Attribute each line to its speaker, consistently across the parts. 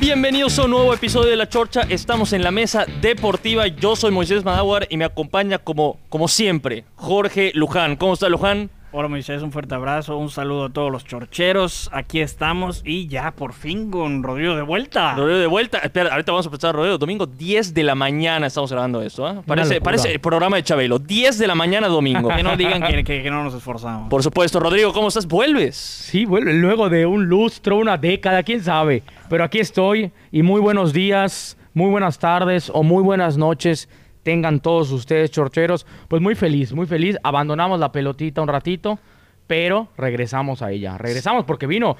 Speaker 1: bienvenidos a un nuevo episodio de La Chorcha. Estamos en la mesa deportiva. Yo soy Moisés Madaguar y me acompaña como, como siempre Jorge Luján. ¿Cómo está Luján?
Speaker 2: Hola Moisés, un fuerte abrazo, un saludo a todos los chorcheros. Aquí estamos y ya por fin con Rodrigo de vuelta.
Speaker 1: Rodeo de vuelta. Espera, ahorita vamos a empezar rodeo. Domingo 10 de la mañana estamos grabando esto. ¿ah? Parece,
Speaker 3: locura.
Speaker 1: parece el programa de Chabelo. 10 de la mañana domingo.
Speaker 2: Que no digan que, que- que no nos esforzamos.
Speaker 1: Por supuesto, Rodrigo, ¿cómo estás? ¿Vuelves?
Speaker 3: Sí, vuelve luego de un lustro, una década, quién sabe. Pero aquí estoy y muy buenos días, muy buenas tardes o muy buenas noches tengan todos ustedes, chorcheros. Pues muy feliz, muy feliz. Abandonamos la pelotita un ratito, pero regresamos a ella. Regresamos porque vino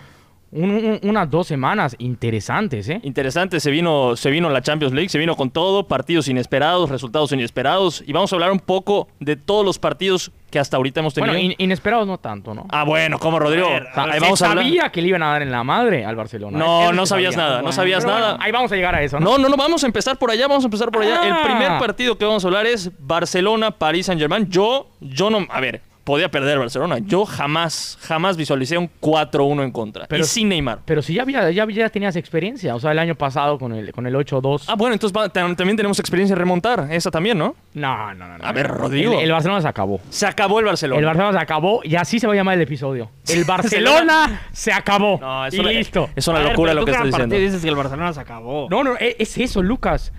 Speaker 3: un- un- unas dos semanas interesantes, ¿eh?
Speaker 1: Interesante, se vino, se vino la Champions League, se vino con todo, partidos inesperados, resultados inesperados. Y vamos a hablar un poco de todos los partidos que hasta ahorita hemos tenido.
Speaker 3: Bueno, in- inesperados no tanto, ¿no?
Speaker 1: Ah, bueno, como Rodrigo. Ah,
Speaker 2: A ver, a ver,
Speaker 1: Ahí
Speaker 3: Se
Speaker 1: vamos a hablar.
Speaker 3: sabía que le iban a dar en la madre al Barcelona.
Speaker 1: No,
Speaker 3: Eso
Speaker 1: no
Speaker 3: se
Speaker 1: sabías nada, no sabías
Speaker 3: Pero
Speaker 1: nada.
Speaker 3: bueno, ahí vamos a llegar a eso, ¿no?
Speaker 1: No, no, no, vamos a empezar por allá, vamos a empezar por allá.
Speaker 3: Ah.
Speaker 1: El primer partido que vamos a hablar es Barcelona, París Saint Germain. Yo, yo no, a ver, podía perder Barcelona. Yo jamás, jamás visualicé un 4-1 en contra.
Speaker 3: Pero-
Speaker 1: y sin Neymar.
Speaker 3: Pero si ya, había, ya, ya tenías experiencia, o sea, el año pasado con el, con el 8-2.
Speaker 1: Ah, bueno, entonces va- tam- también tenemos experiencia en remontar. Esa también, ¿no?
Speaker 3: No, no, no, no.
Speaker 1: A ver, Rodrigo.
Speaker 3: El, el Barcelona se acabó.
Speaker 1: Se acabó el Barcelona.
Speaker 3: El Barcelona se acabó y así se va a llamar el episodio. El Barcelona se acabó.
Speaker 1: No, es
Speaker 3: y
Speaker 1: una-
Speaker 3: listo.
Speaker 1: Es una
Speaker 2: A ver,
Speaker 1: locura
Speaker 2: pero
Speaker 1: lo
Speaker 2: tú
Speaker 1: que
Speaker 2: cada
Speaker 1: estás diciendo.
Speaker 2: partido dices que el Barcelona se acabó.
Speaker 3: No, no, e- es eso, Lucas.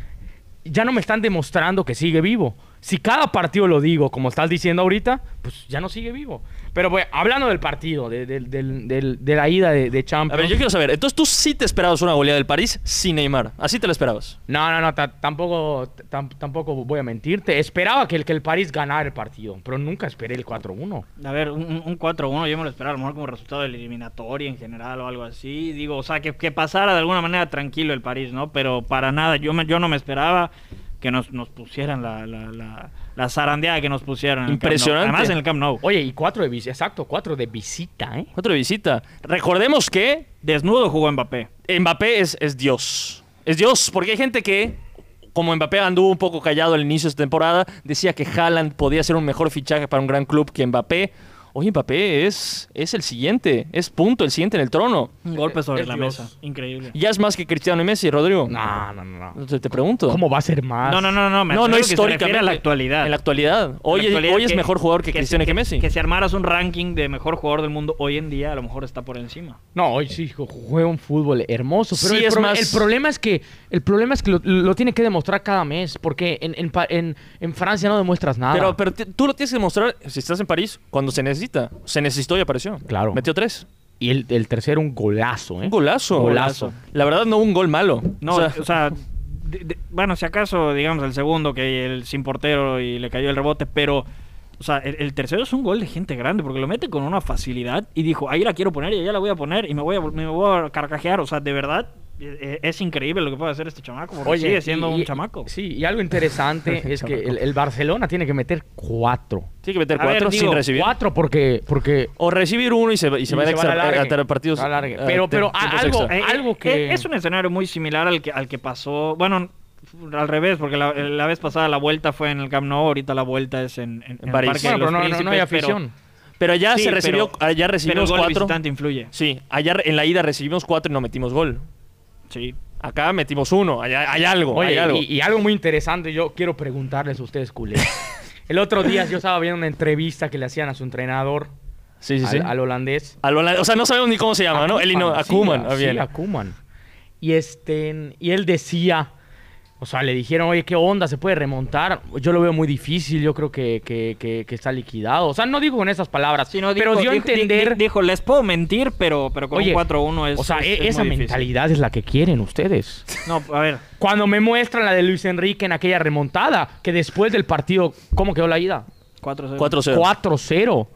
Speaker 3: Ya no me están demostrando que sigue vivo. Si cada partido lo digo, como estás diciendo ahorita, pues ya no sigue vivo. Pero bueno, hablando del partido, de, del- del- del- de la ida de, de
Speaker 1: A
Speaker 3: Champions.
Speaker 1: ver, yo quiero saber, entonces tú sí te esperabas una goleada del París sin Neymar. Así te la esperabas.
Speaker 3: No, no, no, ta- tampoco, tam- tampoco voy a mentirte. Esperaba que el, que el París ganara el partido, pero nunca esperé el 4-1.
Speaker 2: A ver, un, un- un 4-1 yo me lo esperaba a lo mejor como resultado de la eliminatoria en general o algo así. Digo, o sea, que, que pasara de alguna manera tranquilo el París, ¿no? Pero para nada, yo, me- yo no me esperaba que nos, nos pusieran la, la, la- la zarandeada que nos pusieron. en el Camp Nou.
Speaker 1: Impresionante.
Speaker 2: Además en el Camp Nou.
Speaker 3: Oye, y cuatro de visita, exacto, cuatro de visita, ¿eh?
Speaker 1: Otra visita. Recordemos que
Speaker 2: Desnudo jugó Mbappé.
Speaker 1: Mbappé es, es Dios. Es Dios, porque hay gente que, como Mbappé anduvo un poco callado al inicio de esta temporada, decía que Haaland podía ser un mejor fichaje para un gran club que Mbappé. Oye, Mbappé es, es el siguiente, es punto, el siguiente en el trono.
Speaker 2: Un golpe sobre
Speaker 3: es
Speaker 2: la
Speaker 3: Dios.
Speaker 2: mesa. Increíble.
Speaker 1: Ya es más que Cristiano y Messi, Rodrigo.
Speaker 3: No, no, no, no.
Speaker 1: Te, te pregunto.
Speaker 3: ¿Cómo va a ser más?
Speaker 2: No, no, no, Ah, no. me
Speaker 1: No, no
Speaker 2: refiero que se refiere
Speaker 1: históricamente.
Speaker 2: a la actualidad.
Speaker 1: En la actualidad. Hoy,
Speaker 2: La actualidad
Speaker 1: hoy es
Speaker 2: que-
Speaker 1: mejor jugador que, Cristiano y
Speaker 2: si-
Speaker 1: que Messi.
Speaker 2: Que si armaras un ranking de mejor jugador del mundo hoy en día, a lo mejor está por encima.
Speaker 3: No, hoy sí ju- juega un fútbol hermoso, pero
Speaker 1: Sí,
Speaker 3: el,
Speaker 1: es
Speaker 3: pro-
Speaker 1: más-
Speaker 3: el problema es que el problema es que lo, lo tiene que demostrar cada mes, porque en, en, pa- en- en Francia no demuestras nada.
Speaker 1: Pero, pero te- tú lo tienes que demostrar si estás en París cuando se necesita. Se necesitó y apareció.
Speaker 3: Claro.
Speaker 1: Metió tres.
Speaker 3: y el, el tercero un golazo, ¿eh?
Speaker 1: Un golazo.
Speaker 3: Golazo.
Speaker 1: La verdad, no hubo un gol malo.
Speaker 2: No,
Speaker 1: O
Speaker 2: o
Speaker 1: sea,
Speaker 2: sea, de- de- bueno, si acaso, digamos, el segundo que el sin portero y le cayó el rebote, pero, o sea, el, el tercero es un gol de gente grande porque lo mete con una facilidad y dijo, ahí la quiero poner y allá la voy a poner y me voy a, me voy a carcajear. O sea, de verdad, eh, eh, es increíble lo que puede hacer este chamaco porque sigue siendo
Speaker 3: y-
Speaker 2: un
Speaker 3: y-
Speaker 2: chamaco.
Speaker 3: Sí, y algo interesante es que el, el Barcelona tiene que meter cuatro.
Speaker 1: Tiene que meter
Speaker 2: A ver,
Speaker 1: cuatro
Speaker 2: digo,
Speaker 1: sin recibir.
Speaker 3: Cuatro porque, porque
Speaker 1: O recibir uno y se, va- y se
Speaker 3: Y
Speaker 1: va a
Speaker 3: se van al
Speaker 1: extra,
Speaker 3: alargue.
Speaker 1: a tener partidos.
Speaker 3: Al alargue.
Speaker 1: eh,
Speaker 3: Pero- pero
Speaker 1: tiempos
Speaker 3: a- algo-
Speaker 1: extra.
Speaker 3: que-
Speaker 2: eh, Es un escenario muy similar al que, al que pasó. Bueno, al revés, porque la, la vez pasada la vuelta fue en el Camp Nou, ahorita la vuelta es en, en, en
Speaker 1: París.
Speaker 2: Parque de
Speaker 3: bueno,
Speaker 2: los
Speaker 3: pero no, no, no
Speaker 2: Príncipes,
Speaker 3: hay
Speaker 2: pero-
Speaker 3: afición.
Speaker 1: Pero allá
Speaker 2: Sí,
Speaker 1: se
Speaker 2: pero-
Speaker 1: recibió, allá
Speaker 2: pero el
Speaker 1: recibimos
Speaker 2: gol
Speaker 1: cuatro.
Speaker 2: visitante influye.
Speaker 1: Sí, allá re- en la ida recibimos cuatro y no metimos gol.
Speaker 2: Sí.
Speaker 1: Acá metimos uno. Allá hay algo.
Speaker 3: Oye,
Speaker 1: hay algo.
Speaker 3: Y, y algo muy interesante, yo quiero preguntarles a ustedes, culés. El otro día yo estaba viendo una entrevista que le hacían a su entrenador,
Speaker 1: sí, sí,
Speaker 3: al-
Speaker 1: sí.
Speaker 3: al holandés.
Speaker 1: Al holandés- o sea, no sabemos ni cómo se llama, ¿no? El Ino-
Speaker 3: Sí,
Speaker 1: Akuman. ah,
Speaker 3: sí,
Speaker 1: bien.
Speaker 3: Akuman. Y, este, y él decía, o sea, le dijeron, oye, ¿qué onda? ¿Se puede remontar? Yo lo veo muy difícil, yo creo que, que- que- que está liquidado. O sea, no digo con esas palabras,
Speaker 2: Sí, no,
Speaker 3: pero
Speaker 2: dijo-
Speaker 3: dio a
Speaker 2: dijo- di- di-
Speaker 3: entender...
Speaker 2: dijo, les puedo mentir, pero, pero con
Speaker 3: Oye,
Speaker 2: un 4-1 es.
Speaker 3: o sea,
Speaker 2: es-
Speaker 3: e-
Speaker 2: es
Speaker 3: esa
Speaker 2: muy difícil.
Speaker 3: mentalidad es la que quieren ustedes.
Speaker 2: No, a ver.
Speaker 3: Cuando me muestran la de Luis Enrique en aquella remontada, que después del partido, ¿cómo quedó la ida?
Speaker 2: 4-0.
Speaker 1: 4-0.
Speaker 3: 4-0.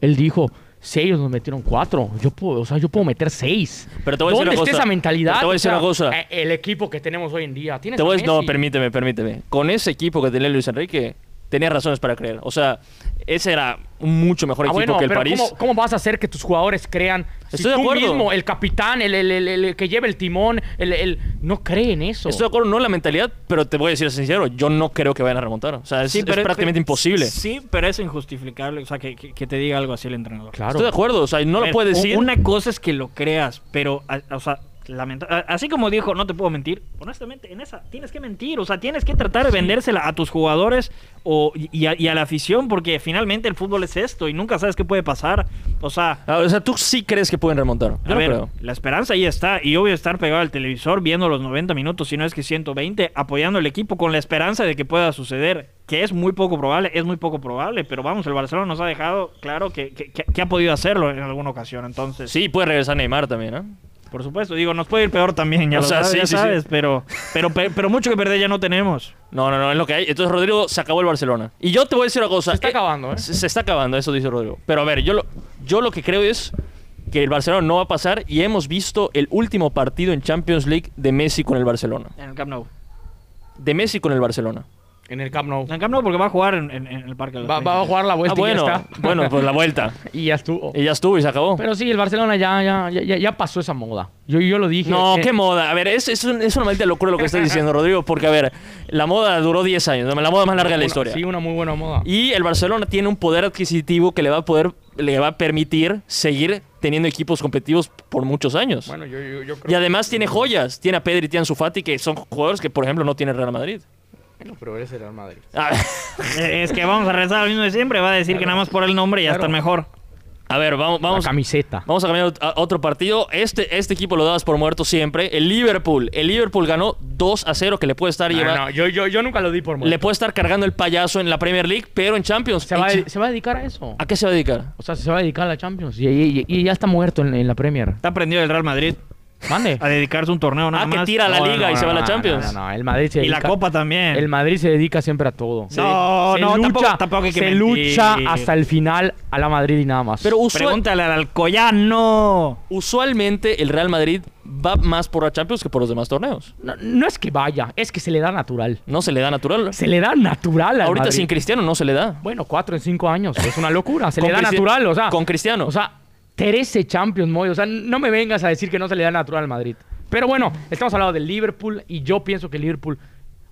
Speaker 3: Él dijo, si ellos nos metieron 4, yo puedo, o sea, yo puedo meter 6.
Speaker 1: Pero te voy a decir
Speaker 3: ¿Dónde
Speaker 1: una
Speaker 3: está
Speaker 1: cosa.
Speaker 3: esa mentalidad?
Speaker 1: Pero te voy a
Speaker 3: O
Speaker 1: decir
Speaker 3: sea,
Speaker 1: una cosa.
Speaker 3: eh, El equipo que tenemos hoy en día. ¿tienes
Speaker 1: Te voy a-
Speaker 3: a
Speaker 1: no,
Speaker 3: Messi?
Speaker 1: permíteme, permíteme. Con ese equipo que tenía Luis Enrique, tenía razones para creer. O sea, ese era un mucho mejor
Speaker 3: Ah,
Speaker 1: equipo
Speaker 3: bueno,
Speaker 1: que el
Speaker 3: pero
Speaker 1: París.
Speaker 3: ¿cómo, cómo vas a hacer que tus jugadores crean? Si
Speaker 1: Estoy de
Speaker 3: tú
Speaker 1: acuerdo.
Speaker 3: mismo, el capitán, el, el- el- el que lleva el timón, el, el- no cree en eso.
Speaker 1: Estoy de acuerdo, no en la mentalidad, pero te voy a decir sincero, yo no creo que vayan a remontar. O sea, es,
Speaker 2: Sí,
Speaker 1: es
Speaker 2: pero-
Speaker 1: prácticamente
Speaker 2: pero-
Speaker 1: imposible.
Speaker 2: Sí, pero es injustificable. O sea, que, que- que te diga algo así el entrenador.
Speaker 3: Claro.
Speaker 1: Estoy de acuerdo, o sea, no
Speaker 2: A
Speaker 1: lo
Speaker 2: ver,
Speaker 1: puede
Speaker 2: u-
Speaker 1: decir.
Speaker 2: Una cosa es que lo creas, pero, a- o sea, lamenta- a- Así como dijo, no te puedo mentir. Honestamente, en esa tienes que mentir. O sea, tienes que tratar de vendérsela a tus jugadores o, y, a, y a la afición, porque finalmente el fútbol es esto y nunca sabes qué puede pasar. O sea,
Speaker 1: Ah, o sea, tú sí crees que pueden remontar. Yo
Speaker 2: a
Speaker 1: no
Speaker 2: ver,
Speaker 1: creo.
Speaker 2: la esperanza ahí está. Y yo voy a estar pegado al televisor viendo los 90 minutos, si no es que 120, apoyando al equipo con la esperanza de que pueda suceder. Que es muy poco probable, es muy poco probable. Pero vamos, el Barcelona nos ha dejado claro que, que- que- que ha podido hacerlo en alguna ocasión. Entonces,
Speaker 1: Sí, puede regresar Neymar también, ¿eh? ¿no?
Speaker 2: por supuesto, digo, nos puede ir peor también, ya
Speaker 1: O
Speaker 2: lo
Speaker 1: sea,
Speaker 2: sabes,
Speaker 1: sí,
Speaker 2: ya
Speaker 1: sí, sí.
Speaker 2: sabes, Pero, pero, pe- pero mucho que perder ya no tenemos.
Speaker 1: No, no, no, es lo que hay. Entonces, Rodrigo, se acabó el Barcelona. Y yo te voy a decir una cosa.
Speaker 3: Se está acabando, ¿eh?
Speaker 1: Se, se está acabando, eso dice Rodrigo. Pero a ver, yo lo, yo lo que creo es que el Barcelona no va a pasar y hemos visto el último partido en Champions League de Messi con el Barcelona.
Speaker 2: En el Camp Nou.
Speaker 1: De Messi con el Barcelona.
Speaker 3: En el Camp Nou.
Speaker 2: En el Camp Nou porque va a jugar en, en- en el Parque de los
Speaker 3: Va, va a
Speaker 2: Príncipes.
Speaker 3: jugar la vuelta
Speaker 1: ah, bueno,
Speaker 3: y Pues ya está.
Speaker 1: bueno, pues la vuelta.
Speaker 3: y ya estuvo.
Speaker 1: Y ya estuvo y se acabó.
Speaker 3: Pero sí, el Barcelona ya, ya, ya- ya, ya pasó esa moda. Yo, yo lo dije.
Speaker 1: No,
Speaker 3: eh,
Speaker 1: qué moda. A ver, es, es, un- es una maldita locura lo que estás diciendo, Rodrigo, porque, a ver, la moda duró 10 años, la moda más larga de la
Speaker 3: una-
Speaker 1: historia.
Speaker 3: Sí, una muy buena moda.
Speaker 1: Y el Barcelona tiene un poder adquisitivo que le va a poder, le va a permitir seguir teniendo equipos competitivos por muchos años.
Speaker 3: bueno, yo, yo, yo creo
Speaker 1: y además tiene joyas. Tiene a Pedri, tiene a Ansu Fati, que son jugadores que, por ejemplo, no tiene el Real Madrid.
Speaker 3: Bueno, pero eres el Real Madrid.
Speaker 1: A ver,
Speaker 2: Eh, Es que vamos a rezar al mismo de siempre. Va a decir que nada más por el nombre ya
Speaker 3: Claro.
Speaker 2: están mejor.
Speaker 1: a ver, vamos, vamos,
Speaker 3: la camiseta.
Speaker 1: vamos a cambiar a otro partido. Este, este equipo lo dabas por muerto siempre. El Liverpool. El Liverpool ganó 2 a 0, que le puede estar
Speaker 3: No,
Speaker 1: llevando-
Speaker 3: Ah, no, yo, yo, yo nunca lo di por muerto.
Speaker 1: Le puede estar cargando el payaso en la Premier League, pero en Champions.
Speaker 3: se, va a,
Speaker 1: en
Speaker 3: de-
Speaker 1: Cha-
Speaker 3: se va a dedicar a eso.
Speaker 1: ¿A qué se va a dedicar?
Speaker 3: O sea, se va a dedicar a la Champions. Y, y- y ya está muerto en, en la Premier.
Speaker 2: Está prendido el Real Madrid
Speaker 3: Mande.
Speaker 2: a dedicarse a un torneo nada
Speaker 1: Ah, que
Speaker 2: más.
Speaker 1: tira a la
Speaker 3: No,
Speaker 1: liga
Speaker 3: no,
Speaker 1: y se
Speaker 3: no,
Speaker 1: va a la
Speaker 3: no,
Speaker 1: Champions.
Speaker 3: No, no, el Madrid se
Speaker 2: Y la
Speaker 3: dedica-
Speaker 2: Copa también.
Speaker 3: El Madrid se dedica siempre a todo.
Speaker 2: No,
Speaker 3: se
Speaker 2: no,
Speaker 3: lucha,
Speaker 2: tampoco- tampoco hay que
Speaker 3: se
Speaker 2: mentir.
Speaker 3: lucha hasta el final a la Madrid y nada más.
Speaker 1: Pero usual-
Speaker 2: Pregúntale al Alcoyano.
Speaker 1: usualmente el Real Madrid va más por la Champions que por los demás torneos.
Speaker 3: no, no es que vaya, es que se le da natural.
Speaker 1: No se le da natural.
Speaker 3: Se le da natural al
Speaker 1: Ahorita
Speaker 3: Madrid.
Speaker 1: sin Cristiano no se le da.
Speaker 3: Bueno, cuatro en cinco años. Es una locura. Se
Speaker 1: Con
Speaker 3: le da
Speaker 1: Cristi-
Speaker 3: natural, o sea.
Speaker 1: con Cristiano.
Speaker 3: O sea, 13 Champions, Moy. O sea, no me vengas a decir que no se le da natural al Madrid. Pero bueno, estamos hablando del Liverpool y yo pienso que Liverpool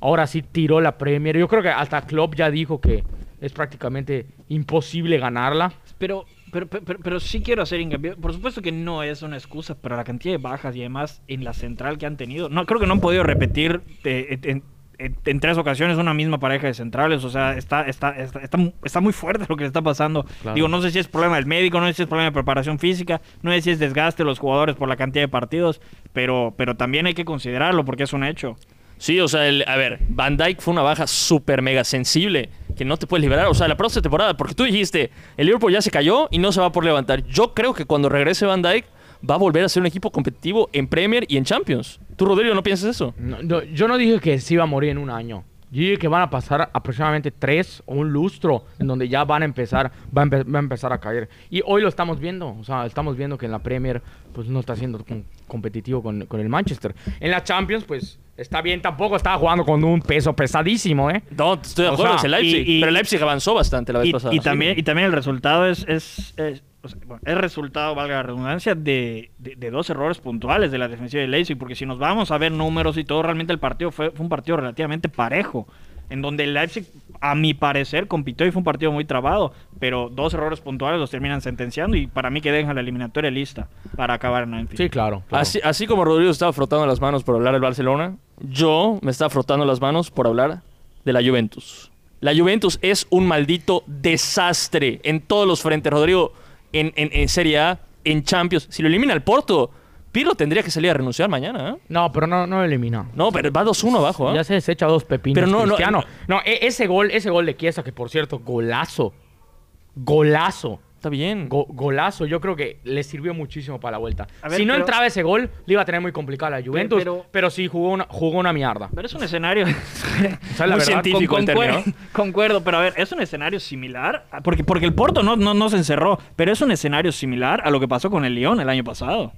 Speaker 3: ahora sí tiró la Premier. Yo creo que hasta Klopp ya dijo que es prácticamente imposible ganarla.
Speaker 2: Pero, pero, pero, pero- pero sí quiero hacer hincapié. Por supuesto que no es una excusa, pero la cantidad de bajas y además en la central que han tenido. No, creo que no han podido repetir eh, en, en- en tres ocasiones una misma pareja de centrales. O sea, está, está, está, está, mu- está muy fuerte lo que le está pasando.
Speaker 3: Claro.
Speaker 2: Digo, no sé si es problema del médico, no sé si es problema de preparación física, no sé si es desgaste de los jugadores por la cantidad de partidos, pero, pero también hay que considerarlo porque es un hecho.
Speaker 1: Sí, o sea, el- a ver, Van Dyke fue una baja súper mega sensible que no te puedes liberar. O sea, la próxima temporada, porque tú dijiste, el Liverpool ya se cayó y no se va por levantar. Yo creo que cuando regrese Van Dyke va a volver a ser un equipo competitivo en Premier y en Champions. ¿Tú, Rodrigo, no piensas eso?
Speaker 3: No, no, yo no dije que se iba a morir en un año. Yo dije que van a pasar aproximadamente tres o un lustro en donde ya van a empezar, va a, empe- va a empezar a caer. Y hoy lo estamos viendo. O sea, estamos viendo que en la Premier pues no está siendo com- competitivo con, con el Manchester. En la Champions, pues está bien, tampoco estaba jugando con un peso pesadísimo, ¿eh?
Speaker 1: No, estoy de
Speaker 3: O
Speaker 1: acuerdo,
Speaker 3: sea,
Speaker 1: es el Leipzig.
Speaker 2: y- y-
Speaker 1: pero el Leipzig avanzó bastante la vez
Speaker 2: y,
Speaker 1: pasada.
Speaker 2: y también, y también el resultado es, es, es- o sea, bueno, es resultado, valga la redundancia, de, de- de dos errores puntuales de la defensiva de Leipzig, porque si nos vamos a ver números y todo, realmente el partido fue, fue un partido relativamente parejo, en donde el Leipzig, a mi parecer, compitió y fue un partido muy trabado, pero dos errores puntuales los terminan sentenciando y para mí que dejan la eliminatoria lista para acabar en Anfield.
Speaker 3: Sí, claro. claro.
Speaker 1: Así, así como Rodrigo estaba frotando las manos por hablar del Barcelona, yo me estaba frotando las manos por hablar de la Juventus. La Juventus es un maldito desastre en todos los frentes, Rodrigo. En, en- en Serie A, en Champions. Si lo elimina el Porto, Pirlo tendría que salir a renunciar mañana. ¿eh?
Speaker 3: No, pero no, no lo elimina.
Speaker 1: No, pero va 2-1 abajo. ¿eh?
Speaker 3: Ya se desecha dos pepinos.
Speaker 1: Pero no, no,
Speaker 3: Cristiano. No, e- ese gol, ese gol de Chiesa, que por cierto, golazo. Golazo.
Speaker 1: Está bien.
Speaker 3: Go- golazo, yo creo que le sirvió muchísimo para la vuelta.
Speaker 2: A ver,
Speaker 3: si no
Speaker 2: pero-
Speaker 3: entraba ese gol, le iba a tener muy complicada la Juventus.
Speaker 2: pero-
Speaker 3: Pero, sí jugó una, jugó una mierda.
Speaker 2: Pero es un escenario.
Speaker 3: sea, la
Speaker 1: Muy
Speaker 3: verdad,
Speaker 1: científico el término.
Speaker 2: ah, concuerdo, concuerdo, pero a ver, es un escenario similar. a- Porque, porque el Porto no, no, no se encerró, pero es un escenario similar a lo que pasó con el Lyon el año pasado.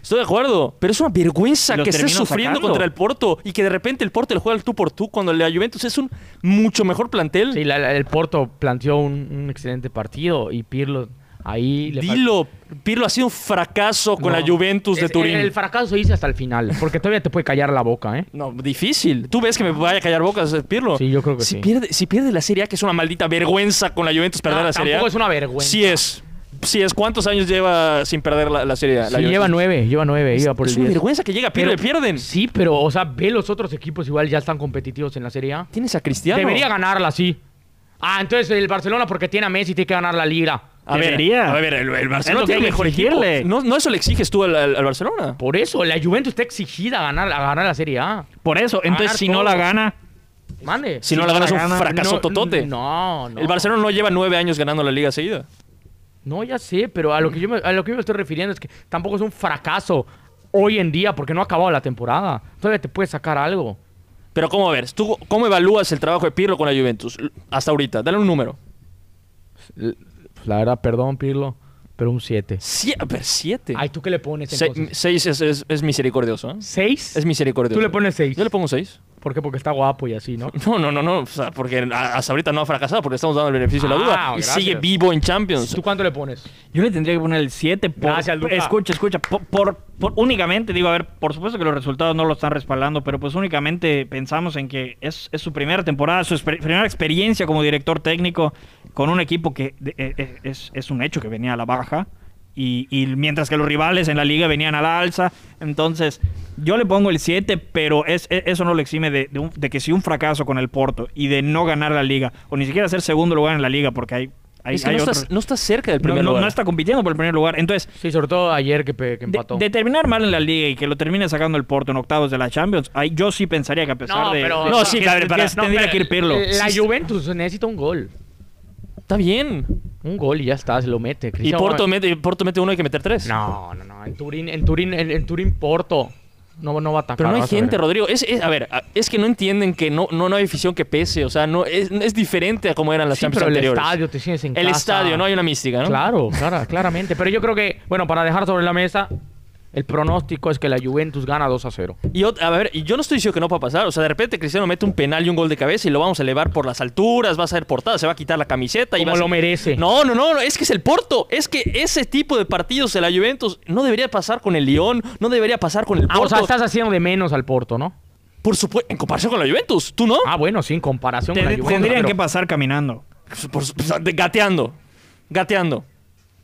Speaker 1: Estoy de acuerdo, pero es una vergüenza
Speaker 2: Lo
Speaker 1: que estés
Speaker 2: terminó
Speaker 1: sufriendo
Speaker 2: sacando.
Speaker 1: contra el Porto y que de repente el Porto le juega al tú por tú cuando la Juventus es un mucho mejor plantel.
Speaker 3: Sí, la- la- el Porto planteó un, un excelente partido y Pirlo ahí le fal-
Speaker 1: Dilo, Pirlo ha sido un fracaso con
Speaker 3: No.
Speaker 1: la Juventus de
Speaker 3: Es-
Speaker 1: Turín.
Speaker 3: El fracaso se hizo hasta el final, porque todavía te puede callar la boca, ¿eh?
Speaker 1: No, difícil. ¿Tú ves que me vaya a callar bocas eh, Pirlo?
Speaker 3: Sí, yo creo que
Speaker 1: si
Speaker 3: sí.
Speaker 1: Pierde, si pierde la Serie A, que es una maldita vergüenza con la Juventus perder
Speaker 3: No,
Speaker 1: la Serie A.
Speaker 3: tampoco es una vergüenza.
Speaker 1: Sí es. sí es cuántos años lleva sin perder la, la serie. A, la
Speaker 3: Sí,
Speaker 1: Juventus?
Speaker 3: lleva nueve, lleva nueve, iba por
Speaker 1: es
Speaker 3: el
Speaker 1: una
Speaker 3: 10.
Speaker 1: vergüenza que llega, pierde,
Speaker 3: Pero-
Speaker 1: pierden.
Speaker 3: Sí, pero, o sea, ve los otros equipos igual ya están competitivos en la Serie A.
Speaker 1: Tienes a Cristiano.
Speaker 3: Debería ganarla, sí. Ah, entonces el Barcelona porque tiene a Messi tiene que ganar la Liga.
Speaker 1: A ver,
Speaker 2: Debería.
Speaker 1: a ver, el, el
Speaker 2: Es lo
Speaker 1: Barcelona
Speaker 2: que
Speaker 1: tiene
Speaker 2: hay que
Speaker 1: mejor equipo.
Speaker 2: exigirle.
Speaker 1: No, no eso le exiges tú al, al- al Barcelona.
Speaker 3: Por eso, la Juventus está exigida a ganar, a ganar la Serie A.
Speaker 2: Por eso, entonces
Speaker 3: ganar
Speaker 2: si no la
Speaker 3: todos.
Speaker 2: gana,
Speaker 3: Mande.
Speaker 1: Si no la ganas,
Speaker 2: gana,
Speaker 1: un
Speaker 2: no,
Speaker 1: fracasototote.
Speaker 3: No, no.
Speaker 1: El Barcelona no lleva nueve años ganando la liga seguida.
Speaker 3: No, ya sé, pero a lo que yo me, a lo que yo me estoy refiriendo es que tampoco es un fracaso hoy en día porque no ha acabado la temporada. Todavía te puedes sacar algo.
Speaker 1: Pero ¿cómo ves? ¿Tú cómo evalúas el trabajo de Pirlo con la Juventus L- hasta ahorita? Dale un número.
Speaker 3: Pues, La verdad, perdón, Pirlo, pero un 7.
Speaker 1: Sie- a ver, siete.
Speaker 3: Ay, ¿tú qué le pones
Speaker 1: Se-
Speaker 3: entonces?
Speaker 1: seis es, es- es misericordioso. ¿eh?
Speaker 3: ¿Seis?
Speaker 1: Es misericordioso.
Speaker 3: Tú le pones seis.
Speaker 1: Yo le pongo seis.
Speaker 3: ¿Por qué? Porque está guapo y así, ¿no?
Speaker 1: No, no, no, no. O sea, porque a- hasta ahorita no ha fracasado, porque estamos dando el beneficio de la
Speaker 3: Ah,
Speaker 1: duda. Y
Speaker 3: gracias.
Speaker 1: sigue vivo en Champions.
Speaker 3: ¿Tú cuánto le pones?
Speaker 2: yo le tendría que poner el 7. Por,
Speaker 3: Gracias, Luca.
Speaker 2: Escucha, escucha. Por, por- por- únicamente, digo, a ver, por supuesto que los resultados no lo están respaldando, pero pues únicamente pensamos en que es, es su primera temporada, su exper- primera experiencia como director técnico con un equipo que de- eh, eh, es, es un hecho que venía a la baja. Y, y mientras que los rivales en la liga venían a la alza. Entonces, yo le pongo el 7, pero es, e- eso no lo exime de, de un- de que si un fracaso con el Porto y de no ganar la liga, o ni siquiera ser segundo lugar en la liga, porque hay, hay,
Speaker 1: Es que
Speaker 2: hay
Speaker 1: no,
Speaker 2: otros-
Speaker 1: estás, no estás cerca del
Speaker 2: no-
Speaker 1: primer
Speaker 2: no-
Speaker 1: lugar.
Speaker 2: no está compitiendo por el primer lugar. Entonces,
Speaker 3: Sí, sobre todo ayer que, pe- que
Speaker 2: de,
Speaker 3: empató.
Speaker 2: de terminar mal en la liga y que lo termine sacando el Porto en octavos de la Champions, ahí yo sí pensaría que a pesar
Speaker 3: No,
Speaker 2: de.
Speaker 3: pero-
Speaker 2: de-
Speaker 3: No,
Speaker 2: que-
Speaker 1: sí,
Speaker 2: que-
Speaker 1: claro,
Speaker 2: que
Speaker 1: para-
Speaker 2: se tendría
Speaker 1: no,
Speaker 2: que ir Pirlo.
Speaker 3: la
Speaker 2: Sí,
Speaker 3: Juventus necesita un gol.
Speaker 1: Está bien.
Speaker 3: Un gol y ya está, se lo mete.
Speaker 1: Y
Speaker 3: Cristiano
Speaker 1: Porto
Speaker 3: Ronaldo-
Speaker 1: mete, y Porto mete uno, hay que meter tres.
Speaker 3: No, no, no. En Turín, en Turín, en, en Turín Porto. No, no va a atacar.
Speaker 1: Pero no hay
Speaker 3: vas a
Speaker 1: gente,
Speaker 3: ver.
Speaker 1: Rodrigo. Es, es- a ver, a- es que no entienden que no, no, no hay afición que pese. O sea, no es, es diferente a cómo eran las
Speaker 3: Sí,
Speaker 1: Champions
Speaker 3: pero el
Speaker 1: anteriores.
Speaker 3: estadio te sientes en
Speaker 1: El
Speaker 3: casa.
Speaker 1: estadio, no hay una mística, ¿no?
Speaker 3: Claro, claro, claramente. Pero yo creo que, bueno, para dejar sobre la mesa, el pronóstico es que la Juventus gana 2 a 0.
Speaker 1: Y ot- a ver, y yo no estoy diciendo que no va a pasar. O sea, de repente Cristiano mete un penal y un gol de cabeza y lo vamos a elevar por las alturas, va a ser portada, se va a quitar la camiseta y
Speaker 3: Como
Speaker 1: va a ser-
Speaker 3: lo merece.
Speaker 1: No, no, no, no, es que es el Porto. Es que ese tipo de partidos de la Juventus no debería pasar con el Lyon, no debería pasar con el
Speaker 3: Ah,
Speaker 1: Porto.
Speaker 3: o sea, estás haciendo de menos al Porto, ¿no?
Speaker 1: Por supuesto, en comparación con la Juventus, ¿tú no?
Speaker 3: Ah, bueno, sí, en comparación
Speaker 2: ten-
Speaker 3: con la Juventus.
Speaker 2: tendrían
Speaker 3: pero-
Speaker 2: que pasar caminando.
Speaker 1: Pues, Por su- o sea, de- gateando, gateando.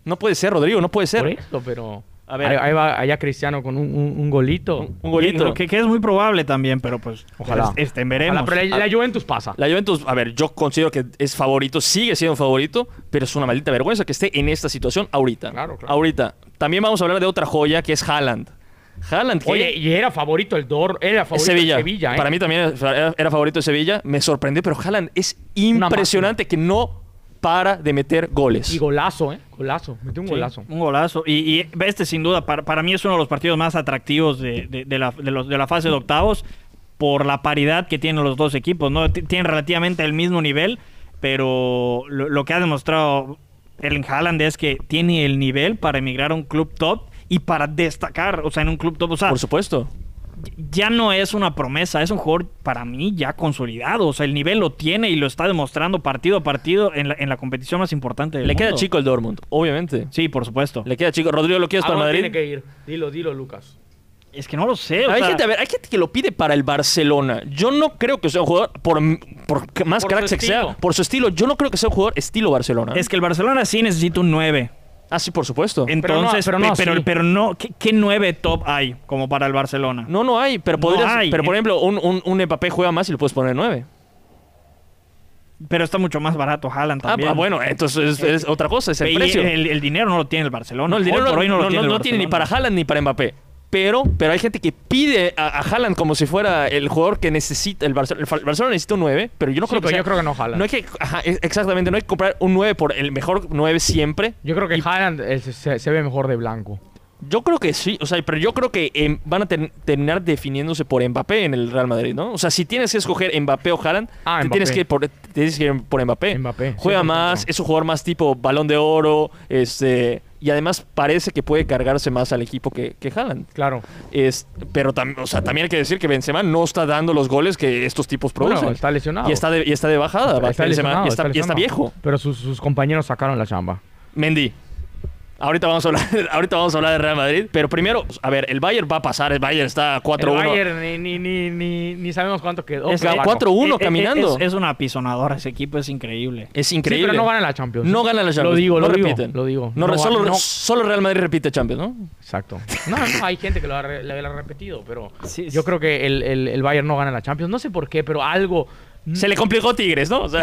Speaker 1: No puede ser, Rodrigo, no puede
Speaker 3: Por
Speaker 1: ser.
Speaker 3: eso, pero...
Speaker 1: A ver.
Speaker 3: Ahí, ahí va allá Cristiano con un, un- un golito.
Speaker 1: Un golito.
Speaker 2: Lo Que, que es muy probable también, pero pues.
Speaker 3: Ojalá.
Speaker 2: es- este, veremos.
Speaker 3: Ojalá, pero la, la Juventus pasa.
Speaker 1: Ah. La Juventus, a ver, yo considero que es favorito, sigue siendo favorito, pero es una maldita vergüenza que esté en esta situación ahorita.
Speaker 3: Claro, claro.
Speaker 1: Ahorita. También vamos a hablar de otra joya que es Haaland. Haaland, que
Speaker 3: Oye, y era favorito el Dor, era
Speaker 1: es
Speaker 3: favorito el
Speaker 1: Sevilla.
Speaker 3: Sevilla, ¿eh?
Speaker 1: Para mí también era, era favorito de Sevilla. Me sorprendió, pero Haaland es impresionante que no para de meter goles.
Speaker 3: Y golazo, ¿eh? Golazo, metió un
Speaker 2: Sí,
Speaker 3: golazo.
Speaker 2: Un golazo. Y, y este, sin duda, para, para mí es uno de los partidos más atractivos de, de- de la, de los- de la fase de octavos por la paridad que tienen los dos equipos. ¿no? T- Tienen relativamente el mismo nivel, pero lo, lo que ha demostrado Erling Haaland es que tiene el nivel para emigrar a un club top y para destacar, o sea, en un club top. O sea,
Speaker 1: Por supuesto.
Speaker 2: ya no es una promesa, es un jugador para mí ya consolidado. O sea, el nivel lo tiene y lo está demostrando partido a partido en la, en la competición más importante del
Speaker 1: Le queda
Speaker 2: mundo.
Speaker 1: chico el Dortmund, obviamente.
Speaker 2: Sí, por supuesto.
Speaker 1: Le queda chico. Rodrigo, ¿lo quieres
Speaker 3: ¿A
Speaker 1: para
Speaker 3: dónde
Speaker 1: Madrid?
Speaker 3: Ah, tiene que ir? Dilo, dilo, Lucas.
Speaker 2: Es que no lo sé. o
Speaker 1: hay
Speaker 2: sea,
Speaker 1: gente, a ver, hay gente que lo pide para el Barcelona. Yo no creo que sea un jugador, por, por que- más
Speaker 3: Por
Speaker 1: crack
Speaker 3: su
Speaker 1: que
Speaker 3: estilo.
Speaker 1: sea, por su estilo, yo no creo que sea un jugador estilo Barcelona.
Speaker 2: ¿Ah?
Speaker 1: ¿eh?
Speaker 2: Es que el Barcelona sí necesita un 9.
Speaker 1: Ah, sí, por supuesto.
Speaker 2: Entonces,
Speaker 3: pero
Speaker 2: pero,
Speaker 3: no
Speaker 2: pero,
Speaker 3: así.
Speaker 2: pero no, ¿qué, qué 9 top hay como para el Barcelona?
Speaker 1: No, no hay, pero
Speaker 2: No
Speaker 1: podrías,
Speaker 2: hay.
Speaker 1: pero por ejemplo, un, un, un Mbappé juega más y lo puedes poner 9.
Speaker 2: Pero está mucho más barato Haaland
Speaker 1: Ah,
Speaker 2: también. Eh,
Speaker 1: ah, bueno, entonces es, es otra cosa, es el
Speaker 2: Y
Speaker 1: precio.
Speaker 2: El, el dinero no lo tiene el Barcelona.
Speaker 1: no, el dinero
Speaker 2: Hoy por hoy
Speaker 1: no,
Speaker 2: lo
Speaker 1: no-
Speaker 2: tiene, el
Speaker 1: no tiene ni para
Speaker 2: Barcelona.
Speaker 1: Haaland ni para Mbappé. Pero, pero hay gente que pide a, a Haaland como si fuera el jugador que necesita. El, Barce- el Fa- el Barcelona necesita un 9, pero yo no
Speaker 3: Sí,
Speaker 1: creo que
Speaker 3: pero
Speaker 1: sea-
Speaker 3: yo creo que no Haaland.
Speaker 1: No hay que, ajá, e- exactamente, no hay que comprar un 9 por el mejor 9 siempre.
Speaker 3: Yo creo que Haaland eh, se- se, se ve mejor de blanco.
Speaker 1: Yo creo que sí, o sea, pero yo creo que em, van a ter- terminar definiéndose por Mbappé en el Real Madrid, ¿no? O sea, si tienes que escoger Mbappé o Haaland,
Speaker 3: Ah,
Speaker 1: te
Speaker 3: Mbappé.
Speaker 1: tienes, que ir por, te tienes que ir por Mbappé.
Speaker 3: Mbappé,
Speaker 1: Juega
Speaker 3: 100%.
Speaker 1: más, es un jugador más tipo balón de oro, este, y además parece que puede cargarse más al equipo que, que Haaland.
Speaker 3: Claro.
Speaker 1: Es, pero tam- o sea, también hay que decir que Benzema no está dando los goles que estos tipos producen.
Speaker 3: Bueno, está lesionado.
Speaker 1: Y está de, y está de bajada, Benzema,
Speaker 3: lesionado,
Speaker 1: y está, y está
Speaker 3: lesionado.
Speaker 1: viejo.
Speaker 3: Pero sus, sus compañeros sacaron la chamba.
Speaker 1: Mendy. Ahorita vamos, a hablar, ahorita vamos a hablar de Real Madrid, pero primero, a ver, el Bayern va a pasar, el Bayern está 4-1.
Speaker 3: El Bayern, ni, ni, ni, ni, ni sabemos cuánto quedó.
Speaker 1: Es
Speaker 3: Claro.
Speaker 1: que cuatro- 4-1
Speaker 2: Es- es-
Speaker 1: caminando.
Speaker 2: Eh, Es, es una apisonadora ese equipo, es increíble.
Speaker 1: Es
Speaker 3: Sí,
Speaker 1: increíble.
Speaker 3: pero no gana la Champions.
Speaker 1: No gana la Champions.
Speaker 3: Lo digo,
Speaker 1: no
Speaker 3: lo digo,
Speaker 1: repiten.
Speaker 3: lo digo.
Speaker 1: No,
Speaker 3: No
Speaker 1: solo,
Speaker 3: va- no.
Speaker 1: solo Real Madrid repite Champions, ¿no?
Speaker 3: Exacto. No, no, hay gente que lo ha, re- le- le ha repetido, pero
Speaker 2: Sí,
Speaker 3: yo
Speaker 2: sí.
Speaker 3: creo que el, el- el Bayern no gana la Champions. No sé por qué, pero algo.
Speaker 1: Se le complicó Tigres, ¿no? O sea,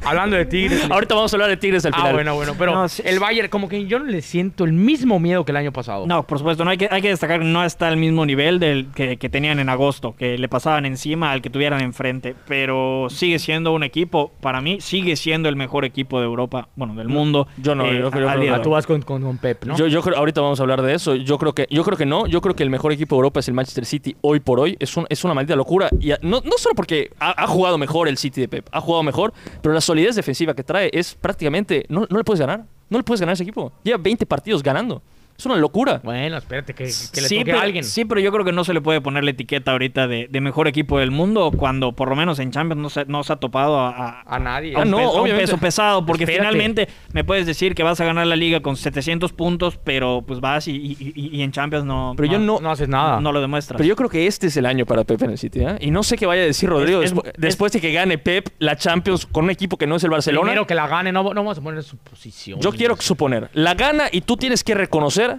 Speaker 3: Hablando de Tigres.
Speaker 1: ahorita vamos a hablar de Tigres al final.
Speaker 3: Ah, bueno, bueno. Pero
Speaker 2: No, sí,
Speaker 3: el
Speaker 2: sí.
Speaker 3: Bayern, como que yo no le siento el mismo miedo que el año pasado. Ah,
Speaker 2: No, por supuesto, no hay que, hay que destacar que no está al mismo nivel del que, que tenían en agosto, que le pasaban encima al que tuvieran enfrente, pero sigue siendo un equipo, para mí, sigue siendo el mejor equipo de Europa, bueno, del mundo.
Speaker 1: yo no, yo creo-
Speaker 2: al día
Speaker 1: yo
Speaker 2: de
Speaker 1: creo-
Speaker 3: Ah,
Speaker 2: hoy.
Speaker 3: tú vas con, con- con Pep, ¿no?
Speaker 1: Yo, yo creo, ahorita vamos a hablar de eso. Yo creo que, yo creo que no. Yo creo que el mejor equipo de Europa es el Manchester City hoy por hoy. Es, un- es una maldita locura. Y a- no, no solo porque ha, ha jugado mejor el City de Pep, ha jugado mejor, pero la solidez defensiva que trae es prácticamente. No, no le puedes ganar. No le puedes ganar a ese equipo. Lleva 20 partidos ganando. Es una locura.
Speaker 3: Bueno, espérate, que, que le
Speaker 2: sí,
Speaker 3: toque
Speaker 2: pero,
Speaker 3: a alguien.
Speaker 2: sí, pero yo creo que no se le puede poner la etiqueta ahorita de, de mejor equipo del mundo cuando por lo menos en Champions no se, no se ha topado a, a-
Speaker 3: A nadie.
Speaker 2: a un,
Speaker 1: Ah, no,
Speaker 2: peso, a un
Speaker 1: obviamente.
Speaker 2: peso pesado, porque
Speaker 3: Espérate.
Speaker 2: finalmente me puedes decir que vas a ganar la liga con 700 puntos, pero pues vas y, y- y- y en Champions no,
Speaker 1: Pero yo no-
Speaker 3: no haces nada.
Speaker 2: no lo demuestras.
Speaker 1: Pero yo creo que este es el año para Pep en el City. ¿eh? Y no sé qué vaya a decir Rodrigo
Speaker 2: Es- es-
Speaker 1: despu- después de que gane Pep la Champions con un equipo que no es el Barcelona.
Speaker 3: Primero que la gane, no, no vamos a poner en su posición.
Speaker 1: Yo quiero suponer, la gana y tú tienes que reconocer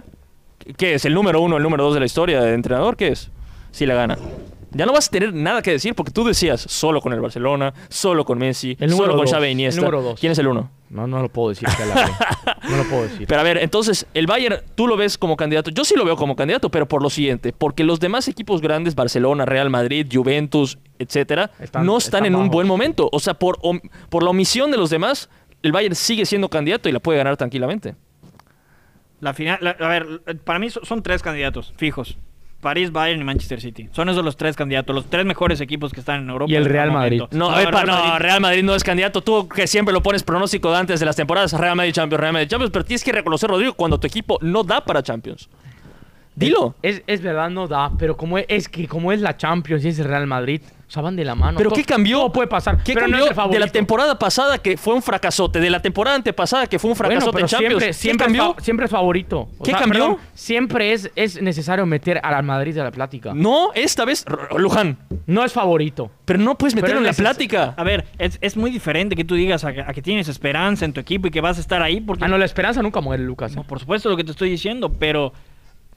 Speaker 1: que es el número uno, el número dos de la historia de entrenador, ¿qué es? Si la gana. Ya no vas a tener nada que decir porque tú decías solo con el Barcelona, solo con Messi,
Speaker 3: El número
Speaker 1: solo con
Speaker 3: dos,
Speaker 1: Xavi e
Speaker 3: el
Speaker 1: Iniesta.
Speaker 3: número dos.
Speaker 1: ¿Quién es el uno?
Speaker 3: No, no lo puedo decir. que la gane. no lo puedo decir.
Speaker 1: Pero a ver, entonces, el Bayern, tú lo ves como candidato. Yo sí lo veo como candidato, pero por lo siguiente, porque los demás equipos grandes, Barcelona, Real Madrid, Juventus, etcétera,
Speaker 3: Están-
Speaker 1: no están,
Speaker 3: están
Speaker 1: en un
Speaker 3: bajos.
Speaker 1: buen momento. O sea, por, om- por la omisión de los demás, el Bayern sigue siendo candidato y la puede ganar tranquilamente.
Speaker 2: La final, la- a ver, para mí so- son tres candidatos fijos. París, Bayern y Manchester City. Son esos los tres candidatos, los tres mejores equipos que están en Europa.
Speaker 3: Y el
Speaker 2: en este
Speaker 3: Real Madrid.
Speaker 2: momento.
Speaker 1: No, epa,
Speaker 2: Real
Speaker 1: no,
Speaker 2: Madrid-
Speaker 1: Real Madrid no es candidato. Tú que siempre lo pones pronóstico de antes de las temporadas, Real Madrid Champions, Real Madrid Champions, pero tienes que reconocer, Rodrigo, cuando tu equipo no da para Champions. Dilo.
Speaker 3: Es, es verdad, no da, pero como es, es que como es la Champions y es el Real Madrid, o sea, van de la mano.
Speaker 1: ¿Pero
Speaker 3: Todo-
Speaker 1: qué cambió?
Speaker 3: todo puede pasar.
Speaker 1: ¿Qué
Speaker 3: pero no
Speaker 1: cambió
Speaker 3: es el favorito.
Speaker 1: de la temporada pasada que fue un fracasote? De la temporada antepasada que fue un
Speaker 3: Bueno,
Speaker 1: fracasote
Speaker 3: pero
Speaker 1: en Champions.
Speaker 3: siempre,
Speaker 1: ¿Qué
Speaker 3: siempre, es
Speaker 1: cambió?
Speaker 3: fa- siempre es favorito. O
Speaker 1: ¿Qué cambió?
Speaker 3: siempre es, es necesario meter al Madrid de la plática. No,
Speaker 1: No, esta vez, R- R- Luján.
Speaker 3: es favorito.
Speaker 1: Pero no puedes meterlo
Speaker 3: Pero
Speaker 1: en la
Speaker 3: es neces-
Speaker 1: plática.
Speaker 2: A ver, es, es muy diferente que tú digas a, que- a que tienes esperanza en tu equipo y que vas a estar ahí porque...
Speaker 3: Ah, no, la esperanza nunca muere, Lucas.
Speaker 2: No, por supuesto lo que te estoy diciendo, pero,